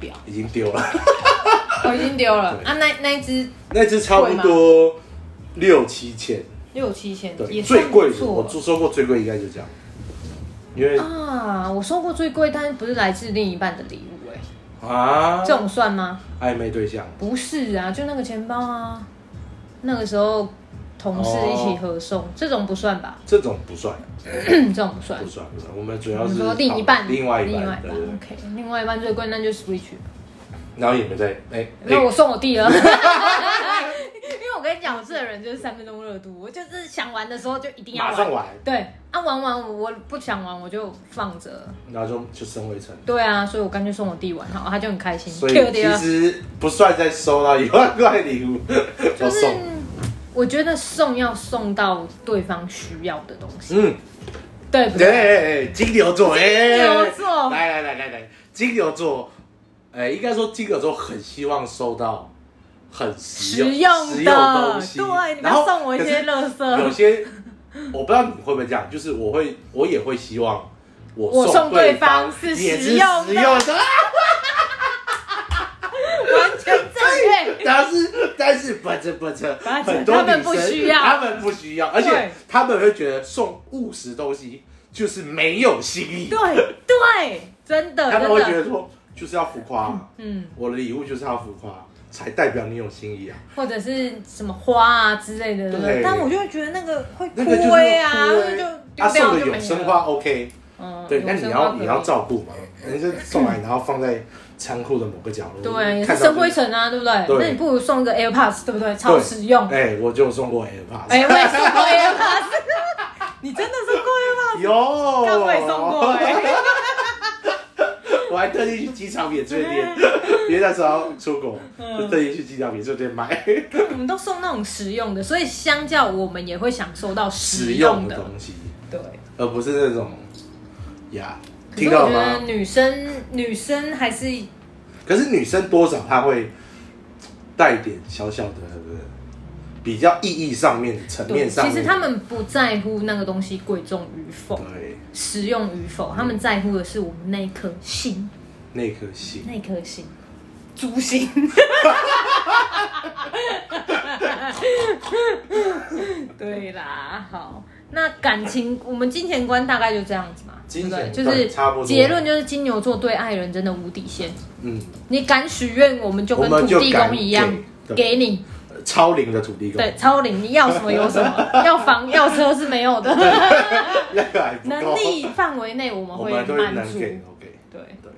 [SPEAKER 2] 表，
[SPEAKER 1] 已经丢了。 (laughs)
[SPEAKER 2] 我已经丢了
[SPEAKER 1] 对
[SPEAKER 2] 啊。那那一只
[SPEAKER 1] 那只差不多六七千，
[SPEAKER 2] 六七千，
[SPEAKER 1] 对，
[SPEAKER 2] 也
[SPEAKER 1] 最
[SPEAKER 2] 算
[SPEAKER 1] 贵
[SPEAKER 2] 不
[SPEAKER 1] 的我
[SPEAKER 2] 错
[SPEAKER 1] 收收过最贵应该就这样，因为
[SPEAKER 2] 啊。我收过最贵，但是不是来自另一半的礼物、哎，
[SPEAKER 1] 啊，
[SPEAKER 2] 这种算吗？
[SPEAKER 1] 暧昧对象
[SPEAKER 2] 不是啊，就那个钱包啊，那个时候同事一起合送，
[SPEAKER 1] 哦
[SPEAKER 2] 这种不算
[SPEAKER 1] (clears throat)
[SPEAKER 2] 吧？
[SPEAKER 1] 这种不算，
[SPEAKER 2] 这种不算
[SPEAKER 1] 不。算不算，我们主要
[SPEAKER 2] 我
[SPEAKER 1] 是
[SPEAKER 2] 们说另一半，
[SPEAKER 1] 另外一
[SPEAKER 2] 另
[SPEAKER 1] 半，对对对
[SPEAKER 2] o，k 另外一半最贵，那就是 Switch。
[SPEAKER 1] 然后也没在哎，
[SPEAKER 2] 那
[SPEAKER 1] 哎
[SPEAKER 2] 我送我弟
[SPEAKER 1] (laughs)
[SPEAKER 2] 了，因 (laughs) 为我跟你讲，我这个人就是三分钟热度，我就是想玩的时候就一定要
[SPEAKER 1] 马
[SPEAKER 2] 玩。
[SPEAKER 1] 上玩，
[SPEAKER 2] 对，啊，玩完我我不想玩，我就放着。
[SPEAKER 1] 然后就就升为成。
[SPEAKER 2] 对啊，所以我干脆送我弟玩，好，他就很开心。
[SPEAKER 1] 所以
[SPEAKER 2] Q
[SPEAKER 1] 其
[SPEAKER 2] 的啊
[SPEAKER 1] 实不算在收到一万块礼物，
[SPEAKER 2] 就
[SPEAKER 1] 我
[SPEAKER 2] 是
[SPEAKER 1] 送，
[SPEAKER 2] 我觉得送要送到对方需要的东西，
[SPEAKER 1] 嗯，
[SPEAKER 2] 对不
[SPEAKER 1] 对，
[SPEAKER 2] 对？
[SPEAKER 1] 哎金牛座，哎，
[SPEAKER 2] 牛座
[SPEAKER 1] 来来来来来，金牛座，哎，应该说金牛座很希望收到很实
[SPEAKER 2] 实用
[SPEAKER 1] 实用
[SPEAKER 2] 的
[SPEAKER 1] 东，西，
[SPEAKER 2] 对，你不
[SPEAKER 1] 然后
[SPEAKER 2] 要送我一些
[SPEAKER 1] 可
[SPEAKER 2] 垃
[SPEAKER 1] 是有
[SPEAKER 2] 圾。
[SPEAKER 1] 些我不知道你会不会这样，就是我会，我也会希望我
[SPEAKER 2] 我送
[SPEAKER 1] 对
[SPEAKER 2] 对方是
[SPEAKER 1] 也
[SPEAKER 2] 实用
[SPEAKER 1] 实
[SPEAKER 2] 的
[SPEAKER 1] 用的，
[SPEAKER 2] 完全正确。
[SPEAKER 1] (laughs) 但是但是本着本着
[SPEAKER 2] 本着
[SPEAKER 1] 很多
[SPEAKER 2] 他们
[SPEAKER 1] 女生
[SPEAKER 2] 不需要
[SPEAKER 1] 他们不需要，而且
[SPEAKER 2] 对
[SPEAKER 1] 他们会觉得送务实东西就是没有新意，
[SPEAKER 2] 对对，真的
[SPEAKER 1] 他们会觉
[SPEAKER 2] 真
[SPEAKER 1] 得
[SPEAKER 2] 的，
[SPEAKER 1] 说就是要浮夸啊，
[SPEAKER 2] 嗯，
[SPEAKER 1] 我的礼物就是要浮夸，才代表你有心意啊。
[SPEAKER 2] 或者是什么花啊之类的，
[SPEAKER 1] 对
[SPEAKER 2] 但我就会觉得那个会
[SPEAKER 1] 那个就是
[SPEAKER 2] 枯萎啊，
[SPEAKER 1] 枯
[SPEAKER 2] 那
[SPEAKER 1] 萎
[SPEAKER 2] 就
[SPEAKER 1] 他送
[SPEAKER 2] 丢掉
[SPEAKER 1] 的
[SPEAKER 2] 就
[SPEAKER 1] 永
[SPEAKER 2] 没
[SPEAKER 1] 生
[SPEAKER 2] 了。
[SPEAKER 1] 花 OK，
[SPEAKER 2] 嗯
[SPEAKER 1] 对，那你要你要。
[SPEAKER 2] 永生花可以
[SPEAKER 1] 照顾嘛，人家送来然后放在仓库的某个角落，
[SPEAKER 2] 对，也
[SPEAKER 1] 看
[SPEAKER 2] 是
[SPEAKER 1] 到就
[SPEAKER 2] 生灰尘啊，对不对？
[SPEAKER 1] 对
[SPEAKER 2] 那你不如送一个 AirPods，对不对？超实用。
[SPEAKER 1] 哎，我就有送过 AirPods，
[SPEAKER 2] 哎，我也送过 AirPods，你 (laughs) 真的送过 AirPods？
[SPEAKER 1] 有，
[SPEAKER 2] 干我也送过哎。
[SPEAKER 1] (laughs) 我还特地去机场免税店， (laughs) 因为那时候出国，
[SPEAKER 2] 嗯
[SPEAKER 1] 就特意去机场免税店
[SPEAKER 2] (laughs)
[SPEAKER 1] 买
[SPEAKER 2] 我们都送那种实用的，所以相较我们也会享受到
[SPEAKER 1] 实
[SPEAKER 2] 实
[SPEAKER 1] 用
[SPEAKER 2] 用
[SPEAKER 1] 的
[SPEAKER 2] 的。
[SPEAKER 1] 东西，
[SPEAKER 2] 对，
[SPEAKER 1] 而不是那种呀，
[SPEAKER 2] 可
[SPEAKER 1] 听
[SPEAKER 2] 是我
[SPEAKER 1] 到
[SPEAKER 2] 觉得
[SPEAKER 1] 吗？
[SPEAKER 2] 女生女生还是
[SPEAKER 1] 可是女生多少她会带一点小小的，比较意义上面、层
[SPEAKER 2] 对，
[SPEAKER 1] 面上
[SPEAKER 2] 其
[SPEAKER 1] 面，
[SPEAKER 2] 实她们不在乎那个东西贵重与否、
[SPEAKER 1] 对嗯
[SPEAKER 2] 实用与否，她们在乎的是我们那一颗心，
[SPEAKER 1] 那颗心，
[SPEAKER 2] 那一颗心，猪心。 (laughs) 对啦，好，那感情我们金钱观大概就这样子嘛，对
[SPEAKER 1] 金
[SPEAKER 2] 不对
[SPEAKER 1] 钱
[SPEAKER 2] 就是
[SPEAKER 1] 对差不多
[SPEAKER 2] 结论就是金牛座对爱人真的无底线，
[SPEAKER 1] 嗯，
[SPEAKER 2] 你敢许愿，我们就跟
[SPEAKER 1] 我们就
[SPEAKER 2] 土地公一样
[SPEAKER 1] 敢给对
[SPEAKER 2] 给你，
[SPEAKER 1] 超龄的土地公，
[SPEAKER 2] 对，超龄，你要什么有什
[SPEAKER 1] (laughs)
[SPEAKER 2] 么，要房要车是没有的，
[SPEAKER 1] 那个 (laughs) 还不够
[SPEAKER 2] (laughs) 能，力范围内我们
[SPEAKER 1] 我
[SPEAKER 2] 会
[SPEAKER 1] 们都
[SPEAKER 2] 满
[SPEAKER 1] 能
[SPEAKER 2] 足，
[SPEAKER 1] 给，OK。
[SPEAKER 2] 对，
[SPEAKER 1] 对，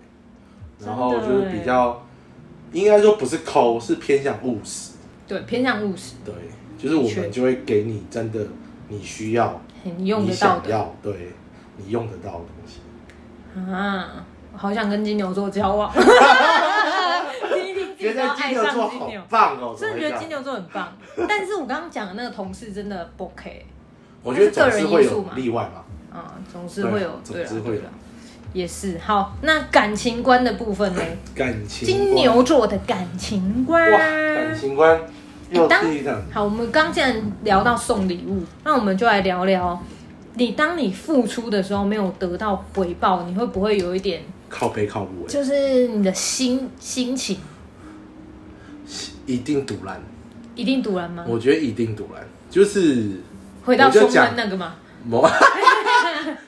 [SPEAKER 2] 真的
[SPEAKER 1] 然后就是比较，应该说不是抠，是偏向务实。
[SPEAKER 2] 对，偏向务实，
[SPEAKER 1] 对，就是我
[SPEAKER 2] 的确
[SPEAKER 1] 们就会给你真的你需要、
[SPEAKER 2] 很用
[SPEAKER 1] 你
[SPEAKER 2] 得到
[SPEAKER 1] 想
[SPEAKER 2] 的
[SPEAKER 1] 要，对你用得到的东西。
[SPEAKER 2] 啊，我好想跟金牛座
[SPEAKER 1] (laughs)
[SPEAKER 2] 交往，听一听自
[SPEAKER 1] 觉
[SPEAKER 2] 己都
[SPEAKER 1] 得金
[SPEAKER 2] 爱
[SPEAKER 1] 牛座
[SPEAKER 2] 上金
[SPEAKER 1] 好
[SPEAKER 2] 牛。
[SPEAKER 1] 棒哦！
[SPEAKER 2] 真的
[SPEAKER 1] 怎么会这
[SPEAKER 2] 觉
[SPEAKER 1] 样
[SPEAKER 2] 得金，牛座很棒，但是我刚刚讲的那个同事真的不 OK，
[SPEAKER 1] 我觉得总
[SPEAKER 2] 还
[SPEAKER 1] 是
[SPEAKER 2] 是个
[SPEAKER 1] 会
[SPEAKER 2] 人因素
[SPEAKER 1] 有
[SPEAKER 2] 嘛
[SPEAKER 1] 例外嘛。
[SPEAKER 2] 啊，总是会有，
[SPEAKER 1] 对
[SPEAKER 2] 对
[SPEAKER 1] 总
[SPEAKER 2] 了
[SPEAKER 1] 是会
[SPEAKER 2] 对
[SPEAKER 1] 有
[SPEAKER 2] 了，也是好。那感情观的部分呢？
[SPEAKER 1] 感情
[SPEAKER 2] 金
[SPEAKER 1] 观
[SPEAKER 2] 牛啊座的感情观，
[SPEAKER 1] 哇，感情观又
[SPEAKER 2] 当
[SPEAKER 1] 第一档，
[SPEAKER 2] 好，我们刚既然聊到送礼物，那我们就来聊聊，你当你付出的时候没有得到回报，你会不会有一点，
[SPEAKER 1] 靠背靠不稳，
[SPEAKER 2] 就是你的心心情
[SPEAKER 1] 一定堵拦。
[SPEAKER 2] 一定堵然吗？
[SPEAKER 1] 我觉得一定堵拦，就是
[SPEAKER 2] 回到
[SPEAKER 1] 我就
[SPEAKER 2] 胸
[SPEAKER 1] 讲
[SPEAKER 2] 闷那个吗？
[SPEAKER 1] 某 (laughs)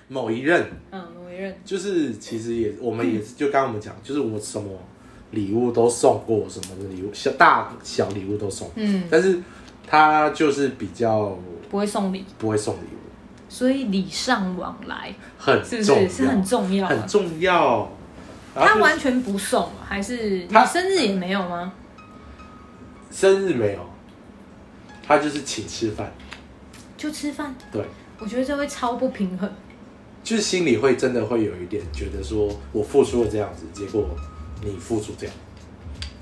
[SPEAKER 1] 某一任。
[SPEAKER 2] 嗯，我也认。
[SPEAKER 1] 就是其实也，我们也
[SPEAKER 2] 嗯
[SPEAKER 1] 是就刚刚我们讲，就是我什么礼物都送过，什么的礼物小大小礼物都送，
[SPEAKER 2] 嗯，
[SPEAKER 1] 但是他就是比较
[SPEAKER 2] 不会送礼，
[SPEAKER 1] 不会送礼物，
[SPEAKER 2] 所以礼尚往来
[SPEAKER 1] 很
[SPEAKER 2] 是
[SPEAKER 1] 重
[SPEAKER 2] 不
[SPEAKER 1] 要，
[SPEAKER 2] 是是很重要
[SPEAKER 1] 很
[SPEAKER 2] 啊？
[SPEAKER 1] 重要。然后
[SPEAKER 2] 他
[SPEAKER 1] 就是
[SPEAKER 2] 完全不送啊，还是你
[SPEAKER 1] 他
[SPEAKER 2] 生日也没有吗？
[SPEAKER 1] 生日没有，他就是请吃饭，
[SPEAKER 2] 就吃饭，
[SPEAKER 1] 对，
[SPEAKER 2] 我觉得这会超不平衡。
[SPEAKER 1] 就是心里会真的会有一点觉得说我付出了这样子，结果你付出这样，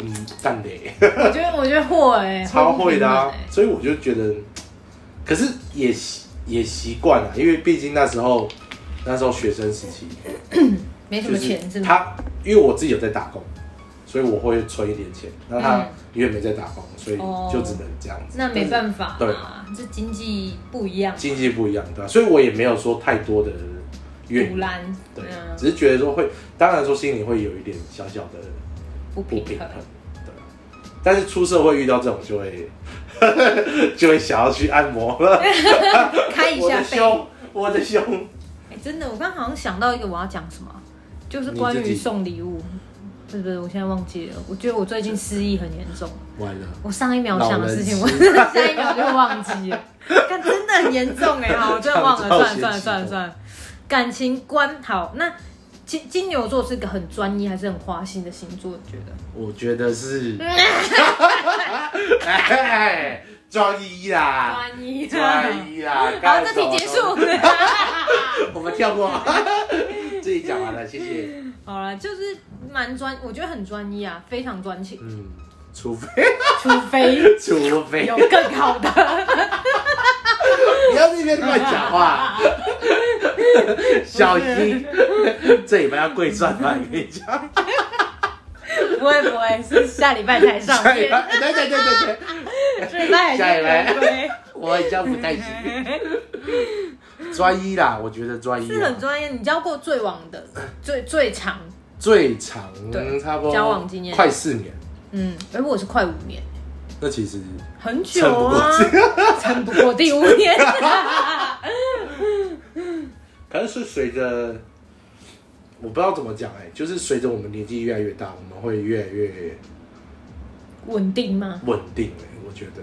[SPEAKER 1] 嗯，蛋得。
[SPEAKER 2] 我觉得我觉得会欸，
[SPEAKER 1] 超会的
[SPEAKER 2] 会
[SPEAKER 1] 啊
[SPEAKER 2] 不平衡欸！
[SPEAKER 1] 所以我就觉得，可是也习也习惯了，因为毕竟那时候那时候学生时期，
[SPEAKER 2] 哎没什
[SPEAKER 1] 就
[SPEAKER 2] 么钱是
[SPEAKER 1] 是
[SPEAKER 2] 吗？
[SPEAKER 1] 他因为我自己有在打工，所以我会存一点钱。那他
[SPEAKER 2] 嗯
[SPEAKER 1] 因为没在打工，所以
[SPEAKER 2] 哦
[SPEAKER 1] 就只能这样子。
[SPEAKER 2] 那没办法
[SPEAKER 1] 对
[SPEAKER 2] 啊，这经济不一样，
[SPEAKER 1] 经济不一样，对吧、所以我也没有说太多的怨
[SPEAKER 2] 阻
[SPEAKER 1] 言，
[SPEAKER 2] 拦，
[SPEAKER 1] 对，
[SPEAKER 2] 嗯，
[SPEAKER 1] 只是觉得说会，当然说心里会有一点小小的
[SPEAKER 2] 不
[SPEAKER 1] 不
[SPEAKER 2] 平
[SPEAKER 1] 平
[SPEAKER 2] 衡
[SPEAKER 1] 衡，，对。但是出社会遇到这种就会就会想要去按摩了，
[SPEAKER 2] 开一
[SPEAKER 1] 我
[SPEAKER 2] 下
[SPEAKER 1] 的
[SPEAKER 2] 背。
[SPEAKER 1] 胸，我的胸。
[SPEAKER 2] 哎，真的，我刚刚好像想到一个我要讲什么，就是关
[SPEAKER 1] 你自
[SPEAKER 2] 于
[SPEAKER 1] 己
[SPEAKER 2] 送礼物。对对，我现在忘记了。我觉得我最近失忆很严重，
[SPEAKER 1] 完了，
[SPEAKER 2] 我上一秒想的事情，
[SPEAKER 1] 老
[SPEAKER 2] 我
[SPEAKER 1] 人
[SPEAKER 2] (laughs) 下一秒就忘记了。 (laughs) 干，真的很严重
[SPEAKER 1] (laughs)
[SPEAKER 2] 哎、好，我真的忘了，
[SPEAKER 1] 创造
[SPEAKER 2] 算
[SPEAKER 1] 性
[SPEAKER 2] 了算了算了
[SPEAKER 1] 疾
[SPEAKER 2] 算了。感情观好，那金金牛座是个很专一还是很花心的星座？你觉得？
[SPEAKER 1] 我觉得是，哎，专一啦，
[SPEAKER 2] 一 (laughs) 啊
[SPEAKER 1] 专一啦。
[SPEAKER 2] 好，
[SPEAKER 1] 干
[SPEAKER 2] 这
[SPEAKER 1] 什么
[SPEAKER 2] 题结束。 (laughs)
[SPEAKER 1] (laughs) 我们跳过，自己讲完了，谢谢。
[SPEAKER 2] 好了，就是蛮专，我觉得很专一啊，非常专
[SPEAKER 1] (laughs)
[SPEAKER 2] 情，
[SPEAKER 1] 嗯，除非
[SPEAKER 2] 除非
[SPEAKER 1] (laughs) 除非
[SPEAKER 2] 有更
[SPEAKER 1] (laughs)
[SPEAKER 2] 好的。
[SPEAKER 1] 不要在那边乱讲
[SPEAKER 2] (laughs)
[SPEAKER 1] 话，小心这礼拜要跪算盘，跟你讲。
[SPEAKER 2] 不会不会，是下礼拜才上
[SPEAKER 1] 下礼
[SPEAKER 2] 片， (laughs)
[SPEAKER 1] 拜， (laughs) 对对对对对，
[SPEAKER 2] 这礼拜
[SPEAKER 1] 下礼
[SPEAKER 2] 还
[SPEAKER 1] 拜
[SPEAKER 2] 是对，
[SPEAKER 1] 我好像不太行。专一啦，我觉得专一啊
[SPEAKER 2] 是
[SPEAKER 1] 啦
[SPEAKER 2] 很专业。你交过最网的最最长，
[SPEAKER 1] 最长
[SPEAKER 2] 对
[SPEAKER 1] 差不多
[SPEAKER 2] 交往经验
[SPEAKER 1] 快四年，
[SPEAKER 2] 嗯，而我是快五年，
[SPEAKER 1] 那其实
[SPEAKER 2] 很久
[SPEAKER 1] 撑不过
[SPEAKER 2] 啊， (laughs) 撑不过第五
[SPEAKER 1] (laughs)
[SPEAKER 2] 年。
[SPEAKER 1] 可能是随着，我不知道怎么讲哎、就是随着我们年纪越来越大，我们会越来越
[SPEAKER 2] 稳定吗？啊
[SPEAKER 1] 稳定哎、我觉得。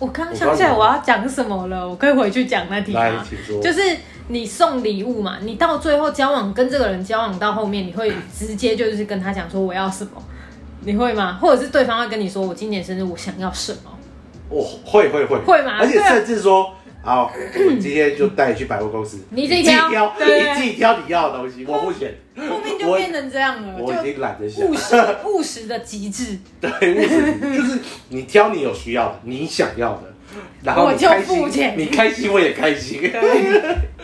[SPEAKER 2] 我刚刚想起来
[SPEAKER 1] 我不知道你
[SPEAKER 2] 我要讲什么了，我可以回去讲那题
[SPEAKER 1] 来
[SPEAKER 2] 吗，？
[SPEAKER 1] 请说。
[SPEAKER 2] 就是你送礼物嘛，你到最后交往跟这个人交往到后面，你会直接就是跟他讲说我要什么，你会吗？或者是对方会跟你说我今年生日我想要什么？
[SPEAKER 1] 我哦会会会
[SPEAKER 2] 会吗
[SPEAKER 1] 而且
[SPEAKER 2] 对啊啊
[SPEAKER 1] 甚至说，好，我今天就带你去百货公司，
[SPEAKER 2] (laughs) 你自己
[SPEAKER 1] 挑，
[SPEAKER 2] 挑
[SPEAKER 1] 你
[SPEAKER 2] 对
[SPEAKER 1] 自己挑你要的东西，我付钱。
[SPEAKER 2] 后面就
[SPEAKER 1] 我
[SPEAKER 2] 变成这样了，
[SPEAKER 1] 我已经懒得
[SPEAKER 2] 就
[SPEAKER 1] 想
[SPEAKER 2] 务，实务实的极致，
[SPEAKER 1] 对，务实就是你挑你有需要的，你想要的，然后
[SPEAKER 2] 我
[SPEAKER 1] 你
[SPEAKER 2] 就
[SPEAKER 1] 开心
[SPEAKER 2] 付钱啊
[SPEAKER 1] 你开心我也开心。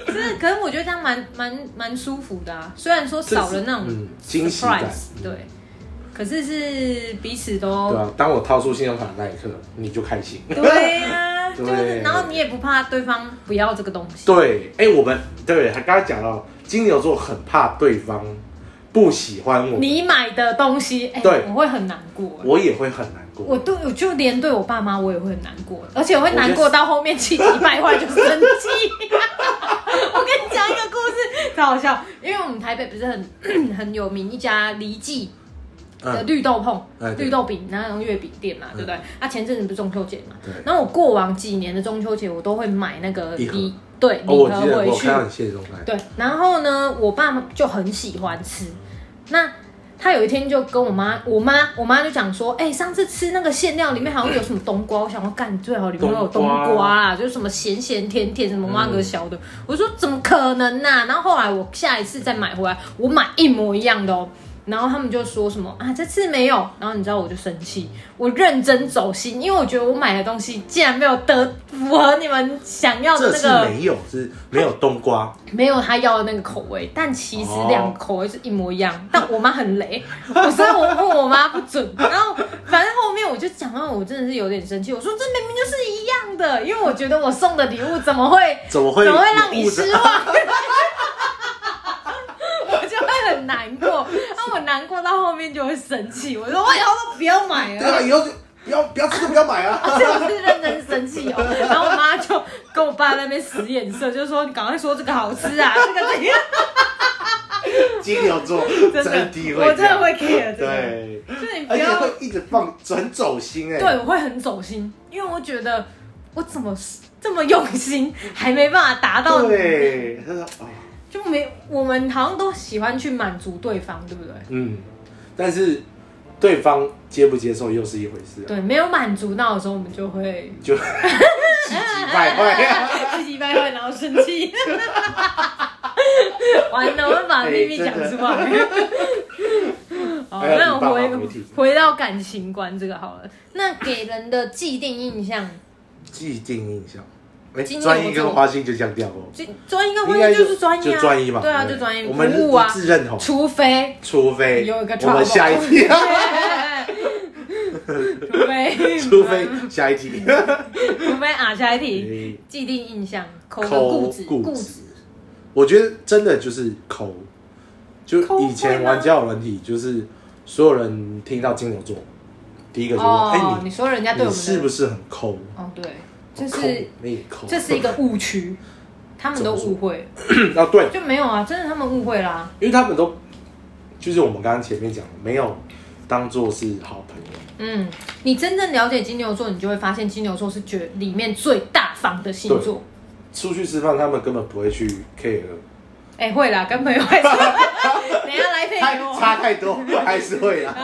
[SPEAKER 2] 真的。可是我觉得这样蛮蛮蛮舒服的啊，虽然说少了那种
[SPEAKER 1] 这是嗯
[SPEAKER 2] surprise，
[SPEAKER 1] 惊喜感嗯
[SPEAKER 2] 对，可是是彼此都
[SPEAKER 1] 对啊，当我掏出信用卡的那一刻，你就开心。
[SPEAKER 2] 对
[SPEAKER 1] (laughs)
[SPEAKER 2] 呀、就
[SPEAKER 1] 啊对
[SPEAKER 2] 是然后你也不怕对方不要这个东西，
[SPEAKER 1] 对，哎、我们对，还刚才讲到金牛座很怕对方不喜欢我们，
[SPEAKER 2] 你买的东西，哎、
[SPEAKER 1] 对
[SPEAKER 2] 我会很难过。
[SPEAKER 1] 我也会很难过。
[SPEAKER 2] 我对，我就连对我爸妈，我也会很难过，而且我会难
[SPEAKER 1] 我觉得
[SPEAKER 2] 过到后面气急败坏，就生
[SPEAKER 1] (laughs)
[SPEAKER 2] 气。我跟你讲一个故事，超好笑，因为我们台北不是很 (clears throat) 很有名一家黎记的
[SPEAKER 1] 嗯，
[SPEAKER 2] 绿豆碰、
[SPEAKER 1] 哎对嗯
[SPEAKER 2] 绿豆饼，然后那种月饼店嘛，对不对？啊，前阵子不是中秋节嘛
[SPEAKER 1] 对，
[SPEAKER 2] 然后我过往几年的中秋节，我都会买那个
[SPEAKER 1] 一盒
[SPEAKER 2] 礼，对，
[SPEAKER 1] 哦，
[SPEAKER 2] 礼
[SPEAKER 1] 我
[SPEAKER 2] 盒
[SPEAKER 1] 记得
[SPEAKER 2] 回
[SPEAKER 1] 我
[SPEAKER 2] 去
[SPEAKER 1] 看。到你现实中看，
[SPEAKER 2] 对，然后呢，我爸妈就很喜欢吃。那他有一天就跟我妈，我妈，我妈就讲说，哎、上次吃那个馅料里面好像有什么冬瓜，我想要干，最好里面有
[SPEAKER 1] 冬
[SPEAKER 2] 冬
[SPEAKER 1] 瓜
[SPEAKER 2] 瓜啊，就是什么咸咸甜甜，什么挖个小的。我说怎么可能呐、然后后来我下一次再买回来，我买一模一样的哦。然后他们就说什么啊，这次没有。然后你知道我就生气，我认真走心，因为我觉得我买的东西竟然没有得符合你们想要的
[SPEAKER 1] 这
[SPEAKER 2] 那
[SPEAKER 1] 次
[SPEAKER 2] 个
[SPEAKER 1] 没有，是没有冬瓜，
[SPEAKER 2] 没有他要的那个口味，但其实
[SPEAKER 1] 哦
[SPEAKER 2] 两个口味是一模一样。但我妈很雷， (laughs) 我所以我问我妈不准。然后反正后面我就讲到，我真的是有点生气。我说这明明就是一样的，因为我觉得我送的礼物怎么会
[SPEAKER 1] 怎么会
[SPEAKER 2] (laughs) 怎么会让你
[SPEAKER 1] 误的
[SPEAKER 2] 失望？ (laughs) 我就会很难过，那我难过到后面就会生气。我说我以后都不要买了 (laughs)
[SPEAKER 1] 对。啊，以后就不要不要吃就不要买啊。
[SPEAKER 2] 这不是认真生气哦。然后我妈就跟我爸在那边使眼色，就说你赶快说这个好吃啊，这个怎样？
[SPEAKER 1] 金牛座
[SPEAKER 2] 真的，
[SPEAKER 1] 的会，
[SPEAKER 2] 我真的会 care，真的，
[SPEAKER 1] 对，
[SPEAKER 2] 就是你不
[SPEAKER 1] 而且
[SPEAKER 2] 要，
[SPEAKER 1] 会一直放很走心哎。
[SPEAKER 2] 对，我会很走心，因为我觉得我怎么这么用心，还没办法达到，
[SPEAKER 1] 对，他说哦，
[SPEAKER 2] 就没我们好像都喜欢去满足对方，对不对？
[SPEAKER 1] 嗯，但是对方接不接受又是一回事啊，
[SPEAKER 2] 对，没有满足到的时候，我们就会
[SPEAKER 1] 就气急败 (laughs)
[SPEAKER 2] (laughs)
[SPEAKER 1] 坏。
[SPEAKER 2] 自己掰坏，然后生气。 (laughs) 完了，我把秘密讲出来。好，
[SPEAKER 1] 哎哎呀你
[SPEAKER 2] 那
[SPEAKER 1] 爸
[SPEAKER 2] 我
[SPEAKER 1] 妈
[SPEAKER 2] 回
[SPEAKER 1] 没提
[SPEAKER 2] 回到感情观这个好了。那给人的既定印象，
[SPEAKER 1] 既定印象，哎，
[SPEAKER 2] 金牛
[SPEAKER 1] 专一
[SPEAKER 2] 这
[SPEAKER 1] 跟
[SPEAKER 2] 种
[SPEAKER 1] 花心就这样掉哦，
[SPEAKER 2] 就专一跟
[SPEAKER 1] 应
[SPEAKER 2] 婚
[SPEAKER 1] 该
[SPEAKER 2] 姻就是专一啊，
[SPEAKER 1] 就专一嘛，
[SPEAKER 2] 对啊，
[SPEAKER 1] 不
[SPEAKER 2] 就专一，
[SPEAKER 1] 我们
[SPEAKER 2] 服务啊
[SPEAKER 1] 一，致认同，哦 (laughs)
[SPEAKER 2] 除非
[SPEAKER 1] 除非
[SPEAKER 2] 有一个
[SPEAKER 1] 我们
[SPEAKER 2] trouble
[SPEAKER 1] 下一题，啊
[SPEAKER 2] (laughs) 除非
[SPEAKER 1] 除非下一题，
[SPEAKER 2] 除非啊，下一
[SPEAKER 1] (laughs)
[SPEAKER 2] 题，
[SPEAKER 1] 哎
[SPEAKER 2] 既定印象，抠个
[SPEAKER 1] 抠
[SPEAKER 2] 固执，
[SPEAKER 1] 固
[SPEAKER 2] 固
[SPEAKER 1] 执
[SPEAKER 2] 执，
[SPEAKER 1] 我觉得真的就是抠，就
[SPEAKER 2] 抠
[SPEAKER 1] 以前
[SPEAKER 2] 会
[SPEAKER 1] 玩
[SPEAKER 2] 吗
[SPEAKER 1] 交友软体，就是所有人听到金牛座，第一个就问，哎、
[SPEAKER 2] 哦，你
[SPEAKER 1] 你
[SPEAKER 2] 说人家对我
[SPEAKER 1] 你
[SPEAKER 2] 们的
[SPEAKER 1] 是不是很抠？
[SPEAKER 2] 哦，对，这
[SPEAKER 1] 抠
[SPEAKER 2] 是
[SPEAKER 1] 你抠，
[SPEAKER 2] 这
[SPEAKER 1] (coughs)
[SPEAKER 2] 是一个误区，他们都误会，
[SPEAKER 1] 啊，对，
[SPEAKER 2] 就没有啊，真的他们误会啦。
[SPEAKER 1] 因为他们都就是我们刚刚前面讲的，没有当做是好朋友。
[SPEAKER 2] 嗯，你真正了解金牛座，你就会发现金牛座是觉里面最大方的星座。
[SPEAKER 1] 出去吃饭，他们根本不会去 care，
[SPEAKER 2] 哎、会啦，跟朋友会说， (laughs) 等一下来配
[SPEAKER 1] 太
[SPEAKER 2] 给我。
[SPEAKER 1] 差太多还是会
[SPEAKER 2] 对 (laughs)
[SPEAKER 1] 啊。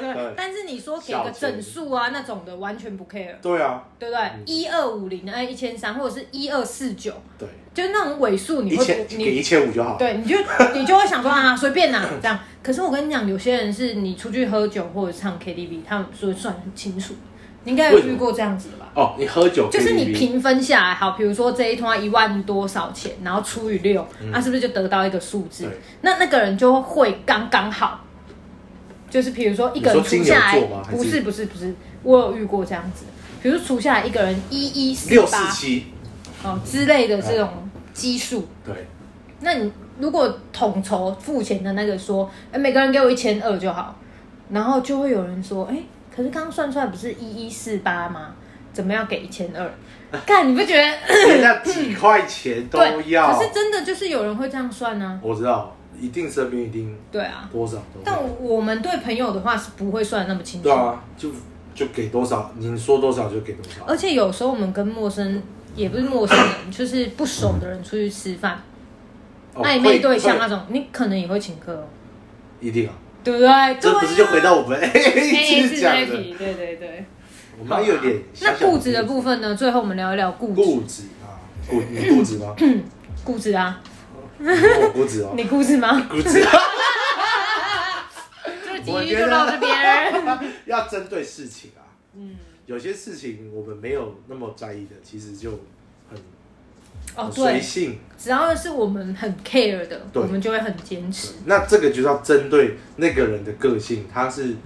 [SPEAKER 2] 对对但是你说给个整数啊那种的，完全不 care，
[SPEAKER 1] 对啊，
[SPEAKER 2] 对不对？一二五零哎一千三，或者是一二四九，
[SPEAKER 1] 对，
[SPEAKER 2] 就是那种尾数，你
[SPEAKER 1] 一
[SPEAKER 2] 会
[SPEAKER 1] 千
[SPEAKER 2] 不
[SPEAKER 1] 给
[SPEAKER 2] 你
[SPEAKER 1] 一千五就好。
[SPEAKER 2] 对，你
[SPEAKER 1] (laughs)
[SPEAKER 2] 就你就会想说啊，随便啦、这样。可是我跟你讲，有些人是你出去喝酒或者唱 KTV，他们说算很清楚。你应该有遇过这样子的吧？
[SPEAKER 1] 哦，你喝酒
[SPEAKER 2] 就是你
[SPEAKER 1] KTV
[SPEAKER 2] 平分下来，好，比如说这一通一万多少钱，然后除以六、那是不是就得到一个数字
[SPEAKER 1] 嗯对？
[SPEAKER 2] 那那个人就会刚刚好。就是比如说一个人
[SPEAKER 1] 你说金
[SPEAKER 2] 除
[SPEAKER 1] 牛
[SPEAKER 2] 下来
[SPEAKER 1] 座吗，还是
[SPEAKER 2] 不是不是不是，我有遇过这样子，比如说除下来一个人一一四
[SPEAKER 1] 六四
[SPEAKER 2] 八
[SPEAKER 1] 七，
[SPEAKER 2] 哦之类的这种基数，
[SPEAKER 1] 对，
[SPEAKER 2] 那你如果统筹付钱的那个说，哎、每个人给我一千二就好，然后就会有人说，哎、可是刚刚算出来不是一一四八吗？怎么要给一千
[SPEAKER 1] (laughs)
[SPEAKER 2] 二？看你不觉得？
[SPEAKER 1] 人家几块钱都
[SPEAKER 2] 对，
[SPEAKER 1] 要
[SPEAKER 2] 可。是真的就是有人会这样算呢、
[SPEAKER 1] 我知道，一定身边一定
[SPEAKER 2] 对啊，
[SPEAKER 1] 多少都会。
[SPEAKER 2] 但我们对朋友的话是不会算得那么清楚。
[SPEAKER 1] 对啊，就就给多少，你说多少就给多少。
[SPEAKER 2] 而且有时候我们跟陌生，也不是陌生人， (coughs) 就是不熟的人出去吃饭，
[SPEAKER 1] 哦
[SPEAKER 2] 暧昧
[SPEAKER 1] 会
[SPEAKER 2] 对象那啊
[SPEAKER 1] 会
[SPEAKER 2] 种，你可能也会请客哦，
[SPEAKER 1] 一定啊，
[SPEAKER 2] 对不对？
[SPEAKER 1] 这不是就回到我们 (laughs) 一
[SPEAKER 2] 一
[SPEAKER 1] 直
[SPEAKER 2] 次
[SPEAKER 1] 讲
[SPEAKER 2] 哎那
[SPEAKER 1] 的，
[SPEAKER 2] 题，对对对。
[SPEAKER 1] 我们还有点
[SPEAKER 2] 那
[SPEAKER 1] 小小
[SPEAKER 2] 固执的部分呢？最后我们聊一聊固执。
[SPEAKER 1] 固执啊，固你固执
[SPEAKER 2] (coughs)
[SPEAKER 1] 吗？
[SPEAKER 2] 固执啊，
[SPEAKER 1] 我固执哦，
[SPEAKER 2] 你固执吗？
[SPEAKER 1] 固执
[SPEAKER 2] 这集
[SPEAKER 1] 我觉
[SPEAKER 2] 就到这边。
[SPEAKER 1] 得 (laughs) 要针对事情啊，
[SPEAKER 2] 嗯，
[SPEAKER 1] 有些事情我们没有那么在意的，其实就很
[SPEAKER 2] (laughs) 哦
[SPEAKER 1] 很随
[SPEAKER 2] 对，
[SPEAKER 1] 性。
[SPEAKER 2] 只要是我们很 care 的，
[SPEAKER 1] 对
[SPEAKER 2] 我们就会很坚持。
[SPEAKER 1] 那这个就是要针对那个人的个性，他是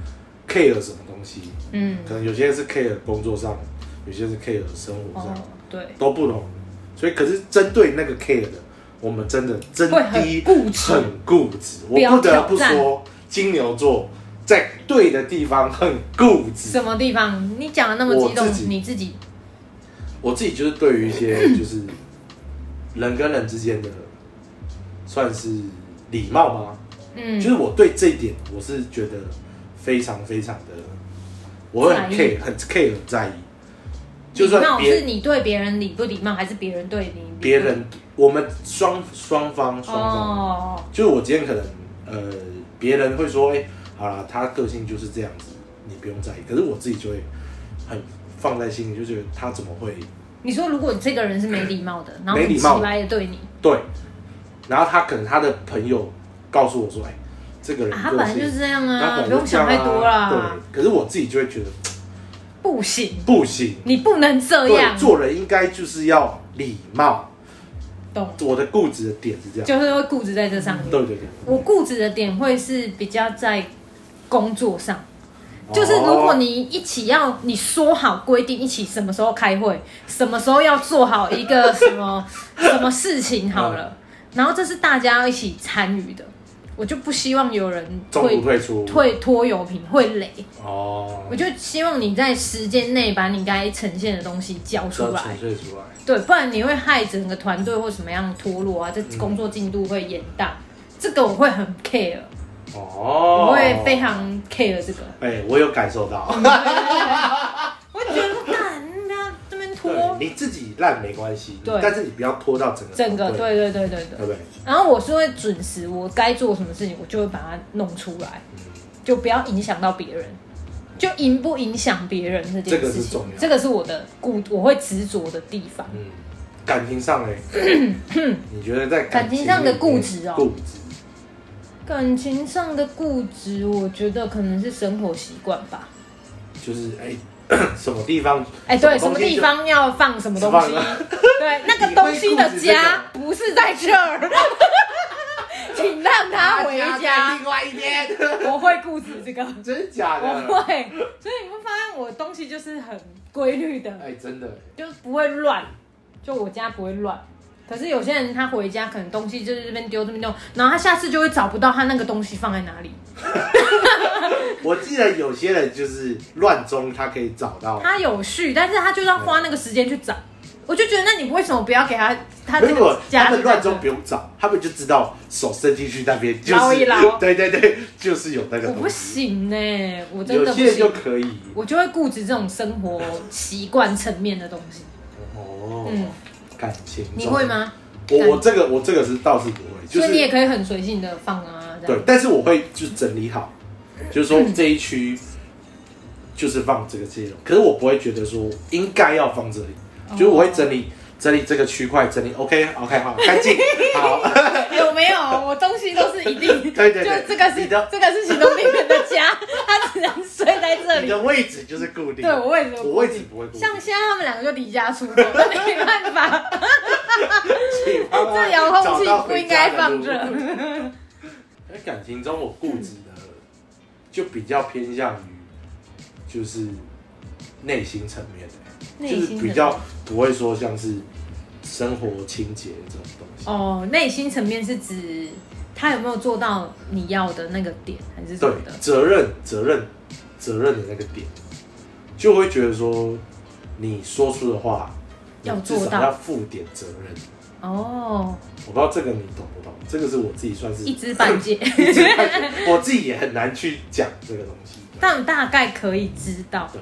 [SPEAKER 1] care 什么东西？
[SPEAKER 2] 嗯，
[SPEAKER 1] 可能有些人是 care 工作上，有些是 care 生活
[SPEAKER 2] 哦
[SPEAKER 1] 上，
[SPEAKER 2] 对，
[SPEAKER 1] 都不同。所以，可是针对那个 care 的，我们真的真
[SPEAKER 2] 会很
[SPEAKER 1] 的
[SPEAKER 2] 固执
[SPEAKER 1] 很固执。我
[SPEAKER 2] 不要
[SPEAKER 1] 不得不
[SPEAKER 2] 挑战
[SPEAKER 1] 说，金牛座在对的地方很固执
[SPEAKER 2] 什。么地方？你讲的那么激动
[SPEAKER 1] 我自己，
[SPEAKER 2] 你自己
[SPEAKER 1] 我自己就是对于一
[SPEAKER 2] (laughs)
[SPEAKER 1] 些就是人跟人之间的，算是礼貌吗？
[SPEAKER 2] 嗯
[SPEAKER 1] 就是我对这一点，我是觉得非常非常的，我会很
[SPEAKER 2] 在
[SPEAKER 1] care 很 care 很在意。就
[SPEAKER 2] 礼
[SPEAKER 1] 算
[SPEAKER 2] 貌
[SPEAKER 1] 别
[SPEAKER 2] 是你对别人礼不礼貌，还是别人对你礼不
[SPEAKER 1] 别人，我们双双方双方，
[SPEAKER 2] 哦，
[SPEAKER 1] 就是我今天可能呃，别人会说，哎、好啦，他个性就是这样子，你不用在意。可是我自己就会很放在心里，就觉得他怎么会
[SPEAKER 2] 你说如果这个人是没礼貌的，然后
[SPEAKER 1] 没
[SPEAKER 2] 很
[SPEAKER 1] 礼貌
[SPEAKER 2] 直白的对你，
[SPEAKER 1] 对？然后他可能他的朋友告诉我说，哎、这个人个性、
[SPEAKER 2] 啊，他本来就是这样
[SPEAKER 1] 他本
[SPEAKER 2] 啊，
[SPEAKER 1] 来
[SPEAKER 2] 不
[SPEAKER 1] 就
[SPEAKER 2] 用想
[SPEAKER 1] 这
[SPEAKER 2] 太
[SPEAKER 1] 样啊
[SPEAKER 2] 多啦，
[SPEAKER 1] 对，可是我自己就会觉得
[SPEAKER 2] 不行，
[SPEAKER 1] 不行，
[SPEAKER 2] 你不能这
[SPEAKER 1] 对，
[SPEAKER 2] 样，
[SPEAKER 1] 做人应该就是要礼貌。
[SPEAKER 2] 懂？
[SPEAKER 1] 我的固执的点是这样，
[SPEAKER 2] 就是会固执在这上面。
[SPEAKER 1] 对对对，
[SPEAKER 2] 我固执的点会是比较在工作上，就是如
[SPEAKER 1] 哦
[SPEAKER 2] 果你一起要你说好规定，一起什么时候开会，什么时候要做好一个什么什么事情好了，然后这是大家要一起参与的，我就不希望有人
[SPEAKER 1] 中途
[SPEAKER 2] 会
[SPEAKER 1] 退出
[SPEAKER 2] 会拖油瓶会累，
[SPEAKER 1] 哦，
[SPEAKER 2] 我就希望你在时间内把你该呈现的东西交出
[SPEAKER 1] 要
[SPEAKER 2] 来
[SPEAKER 1] 纯。粹出来。
[SPEAKER 2] 对，不然你会害整个团队或什么样脱落啊，这工作进度会延宕。这个我会很 care，、
[SPEAKER 1] 哦，
[SPEAKER 2] 我会非。常 care 这个。
[SPEAKER 1] 哎、我有感受
[SPEAKER 2] 嗯
[SPEAKER 1] 到，
[SPEAKER 2] 我觉得干，你不要这边
[SPEAKER 1] (laughs) 对
[SPEAKER 2] 拖
[SPEAKER 1] 你自己烂没关系，
[SPEAKER 2] 对
[SPEAKER 1] 但是你不要拖到整个
[SPEAKER 2] 整个，
[SPEAKER 1] 团队，
[SPEAKER 2] 对对对对对。
[SPEAKER 1] 对不对？
[SPEAKER 2] 然后我是会准时，我该做什么事情，我就会把它弄出来，
[SPEAKER 1] 嗯
[SPEAKER 2] 就不要影响到别人。就影不影响别人这件
[SPEAKER 1] 这个
[SPEAKER 2] 事
[SPEAKER 1] 是
[SPEAKER 2] 情，
[SPEAKER 1] 重要
[SPEAKER 2] 这个是我的固，我会执着的地方。
[SPEAKER 1] 嗯，感情上
[SPEAKER 2] (laughs)
[SPEAKER 1] 嘞，你觉得在
[SPEAKER 2] 感情上的
[SPEAKER 1] 里面哎
[SPEAKER 2] 固执哦
[SPEAKER 1] 固执，
[SPEAKER 2] 感情上的固执，我觉得可能是生活习惯吧。
[SPEAKER 1] 就是哎、 (coughs) 什么地方，
[SPEAKER 2] 哎，对，什
[SPEAKER 1] 东
[SPEAKER 2] 么
[SPEAKER 1] 西就
[SPEAKER 2] 地方要放什么东
[SPEAKER 1] 放
[SPEAKER 2] 西
[SPEAKER 1] 了？
[SPEAKER 2] (laughs) 对，那个东西的家不是在
[SPEAKER 1] (laughs)
[SPEAKER 2] 这儿，请让他回
[SPEAKER 1] 大在
[SPEAKER 2] 家。
[SPEAKER 1] 另外一啊边，
[SPEAKER 2] 我会固执这个，
[SPEAKER 1] 真假
[SPEAKER 2] 我
[SPEAKER 1] 的？
[SPEAKER 2] 会，所以你会发现我东西就是很规律的，
[SPEAKER 1] 哎，真的，
[SPEAKER 2] 就是不会乱，就我家不会乱。可是有些人他回家可能东西就是这边丢这边丢，然后他下次就会找不到他那个东西放在哪里。
[SPEAKER 1] 哎我记得有些人就是乱中他可以找到，
[SPEAKER 2] 他有序，但是他就是要花那个时间去找。我就觉得，那你为什么不要给他他这
[SPEAKER 1] 没有
[SPEAKER 2] 个，家
[SPEAKER 1] 他
[SPEAKER 2] 庭
[SPEAKER 1] 们乱中不用找，他们就知道手伸进去那边就
[SPEAKER 2] 捞
[SPEAKER 1] 是
[SPEAKER 2] 一捞
[SPEAKER 1] (laughs) 对对对，就是有那个
[SPEAKER 2] 我不
[SPEAKER 1] 东西。
[SPEAKER 2] 行呢、我真
[SPEAKER 1] 有
[SPEAKER 2] 的不
[SPEAKER 1] 些人就
[SPEAKER 2] 行，
[SPEAKER 1] 可以
[SPEAKER 2] 我就会固执这种生活习惯层面的东西。
[SPEAKER 1] 哦
[SPEAKER 2] 嗯，
[SPEAKER 1] 感情中
[SPEAKER 2] 你会？吗？
[SPEAKER 1] 我我这个我这个是倒是不会，就
[SPEAKER 2] 所以你也
[SPEAKER 1] 是
[SPEAKER 2] 可以很随性的放啊，这
[SPEAKER 1] 对
[SPEAKER 2] 样。，
[SPEAKER 1] 但是我会就整理好，就是说这一区就是放这个这种，可是我不会觉得说应该要放这里，就是我会整理整理这个区块，整理 OK OK 好干
[SPEAKER 2] (laughs)
[SPEAKER 1] 净好，
[SPEAKER 2] 有没有？我东西都是一定，
[SPEAKER 1] (laughs) 对对对
[SPEAKER 2] 就这个是
[SPEAKER 1] 你的
[SPEAKER 2] 这个是行动病人的家， (laughs) 他只能睡在这
[SPEAKER 1] 你
[SPEAKER 2] 里。
[SPEAKER 1] 的位置就是固定
[SPEAKER 2] 对
[SPEAKER 1] 的，
[SPEAKER 2] 我位置都固定
[SPEAKER 1] 我位置不会固定，
[SPEAKER 2] 像现在他们两个就离家出走，那没
[SPEAKER 1] (laughs)
[SPEAKER 2] 办法，这
[SPEAKER 1] 这
[SPEAKER 2] 遥控器不应该放这。
[SPEAKER 1] (laughs) 在感情中，我固执的就比较偏向于就是内心层面的，
[SPEAKER 2] 内
[SPEAKER 1] 就
[SPEAKER 2] 心
[SPEAKER 1] 是
[SPEAKER 2] 层面
[SPEAKER 1] 比较不会说像是生活清洁这种东西。
[SPEAKER 2] 哦，内心层面是指他有没有做到你要的那个点，还是什
[SPEAKER 1] 对
[SPEAKER 2] 么的？，
[SPEAKER 1] 责任、责任、责任的那个点，就会觉得说你说出的话，你
[SPEAKER 2] 要
[SPEAKER 1] 至
[SPEAKER 2] 做
[SPEAKER 1] 少
[SPEAKER 2] 到
[SPEAKER 1] 要负点责任。
[SPEAKER 2] 哦，
[SPEAKER 1] 我不知道这个你懂不懂，这个是我自己算是
[SPEAKER 2] 一知半解，
[SPEAKER 1] (laughs) 一知半解我自己也很难去讲这个东西。对
[SPEAKER 2] 但大概可以知道。
[SPEAKER 1] 对，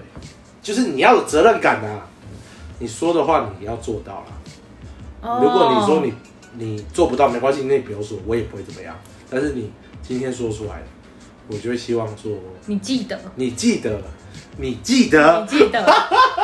[SPEAKER 1] 就是你要有责任感啊！你说的话你要做到啦。
[SPEAKER 2] 哦，
[SPEAKER 1] 如果你说你你做不到没关系，那你不要说，我也不会怎么样。但是你今天说出来，我就会希望说，
[SPEAKER 2] 你记得，
[SPEAKER 1] 你记得，你记
[SPEAKER 2] 你
[SPEAKER 1] 得，
[SPEAKER 2] 记得，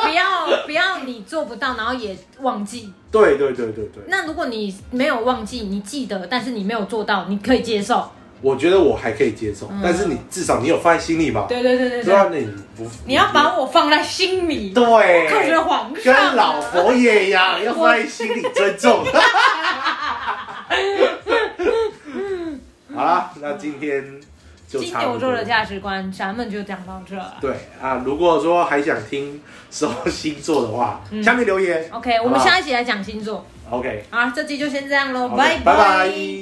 [SPEAKER 2] 不要不要你做不到，然后也忘记。
[SPEAKER 1] 对对对对对，
[SPEAKER 2] 那如果你没有忘记，你记得，但是你没有做到，你可以接受。
[SPEAKER 1] 我觉得我还可以接受，
[SPEAKER 2] 嗯
[SPEAKER 1] 但是你至少你有放在心里吧？
[SPEAKER 2] 对对对对
[SPEAKER 1] 对啊，
[SPEAKER 2] 对，
[SPEAKER 1] 你不，
[SPEAKER 2] 你要把我放在心里，可是
[SPEAKER 1] 对，啊
[SPEAKER 2] 皇上啊
[SPEAKER 1] 跟老佛爷一样，要放在心里尊
[SPEAKER 2] (laughs)
[SPEAKER 1] 重。好啦，那今天就
[SPEAKER 2] 金
[SPEAKER 1] 差不
[SPEAKER 2] 牛座
[SPEAKER 1] 多
[SPEAKER 2] 的价值观，咱们就讲到这了。
[SPEAKER 1] 对啊，如果说还想听什么星座的话，
[SPEAKER 2] 嗯
[SPEAKER 1] 下面留言。
[SPEAKER 2] OK，我
[SPEAKER 1] 好不
[SPEAKER 2] 们
[SPEAKER 1] 好
[SPEAKER 2] 下一集来讲星座。
[SPEAKER 1] OK，
[SPEAKER 2] 好，这集就先这样喽，
[SPEAKER 1] 好的
[SPEAKER 2] 拜
[SPEAKER 1] 拜拜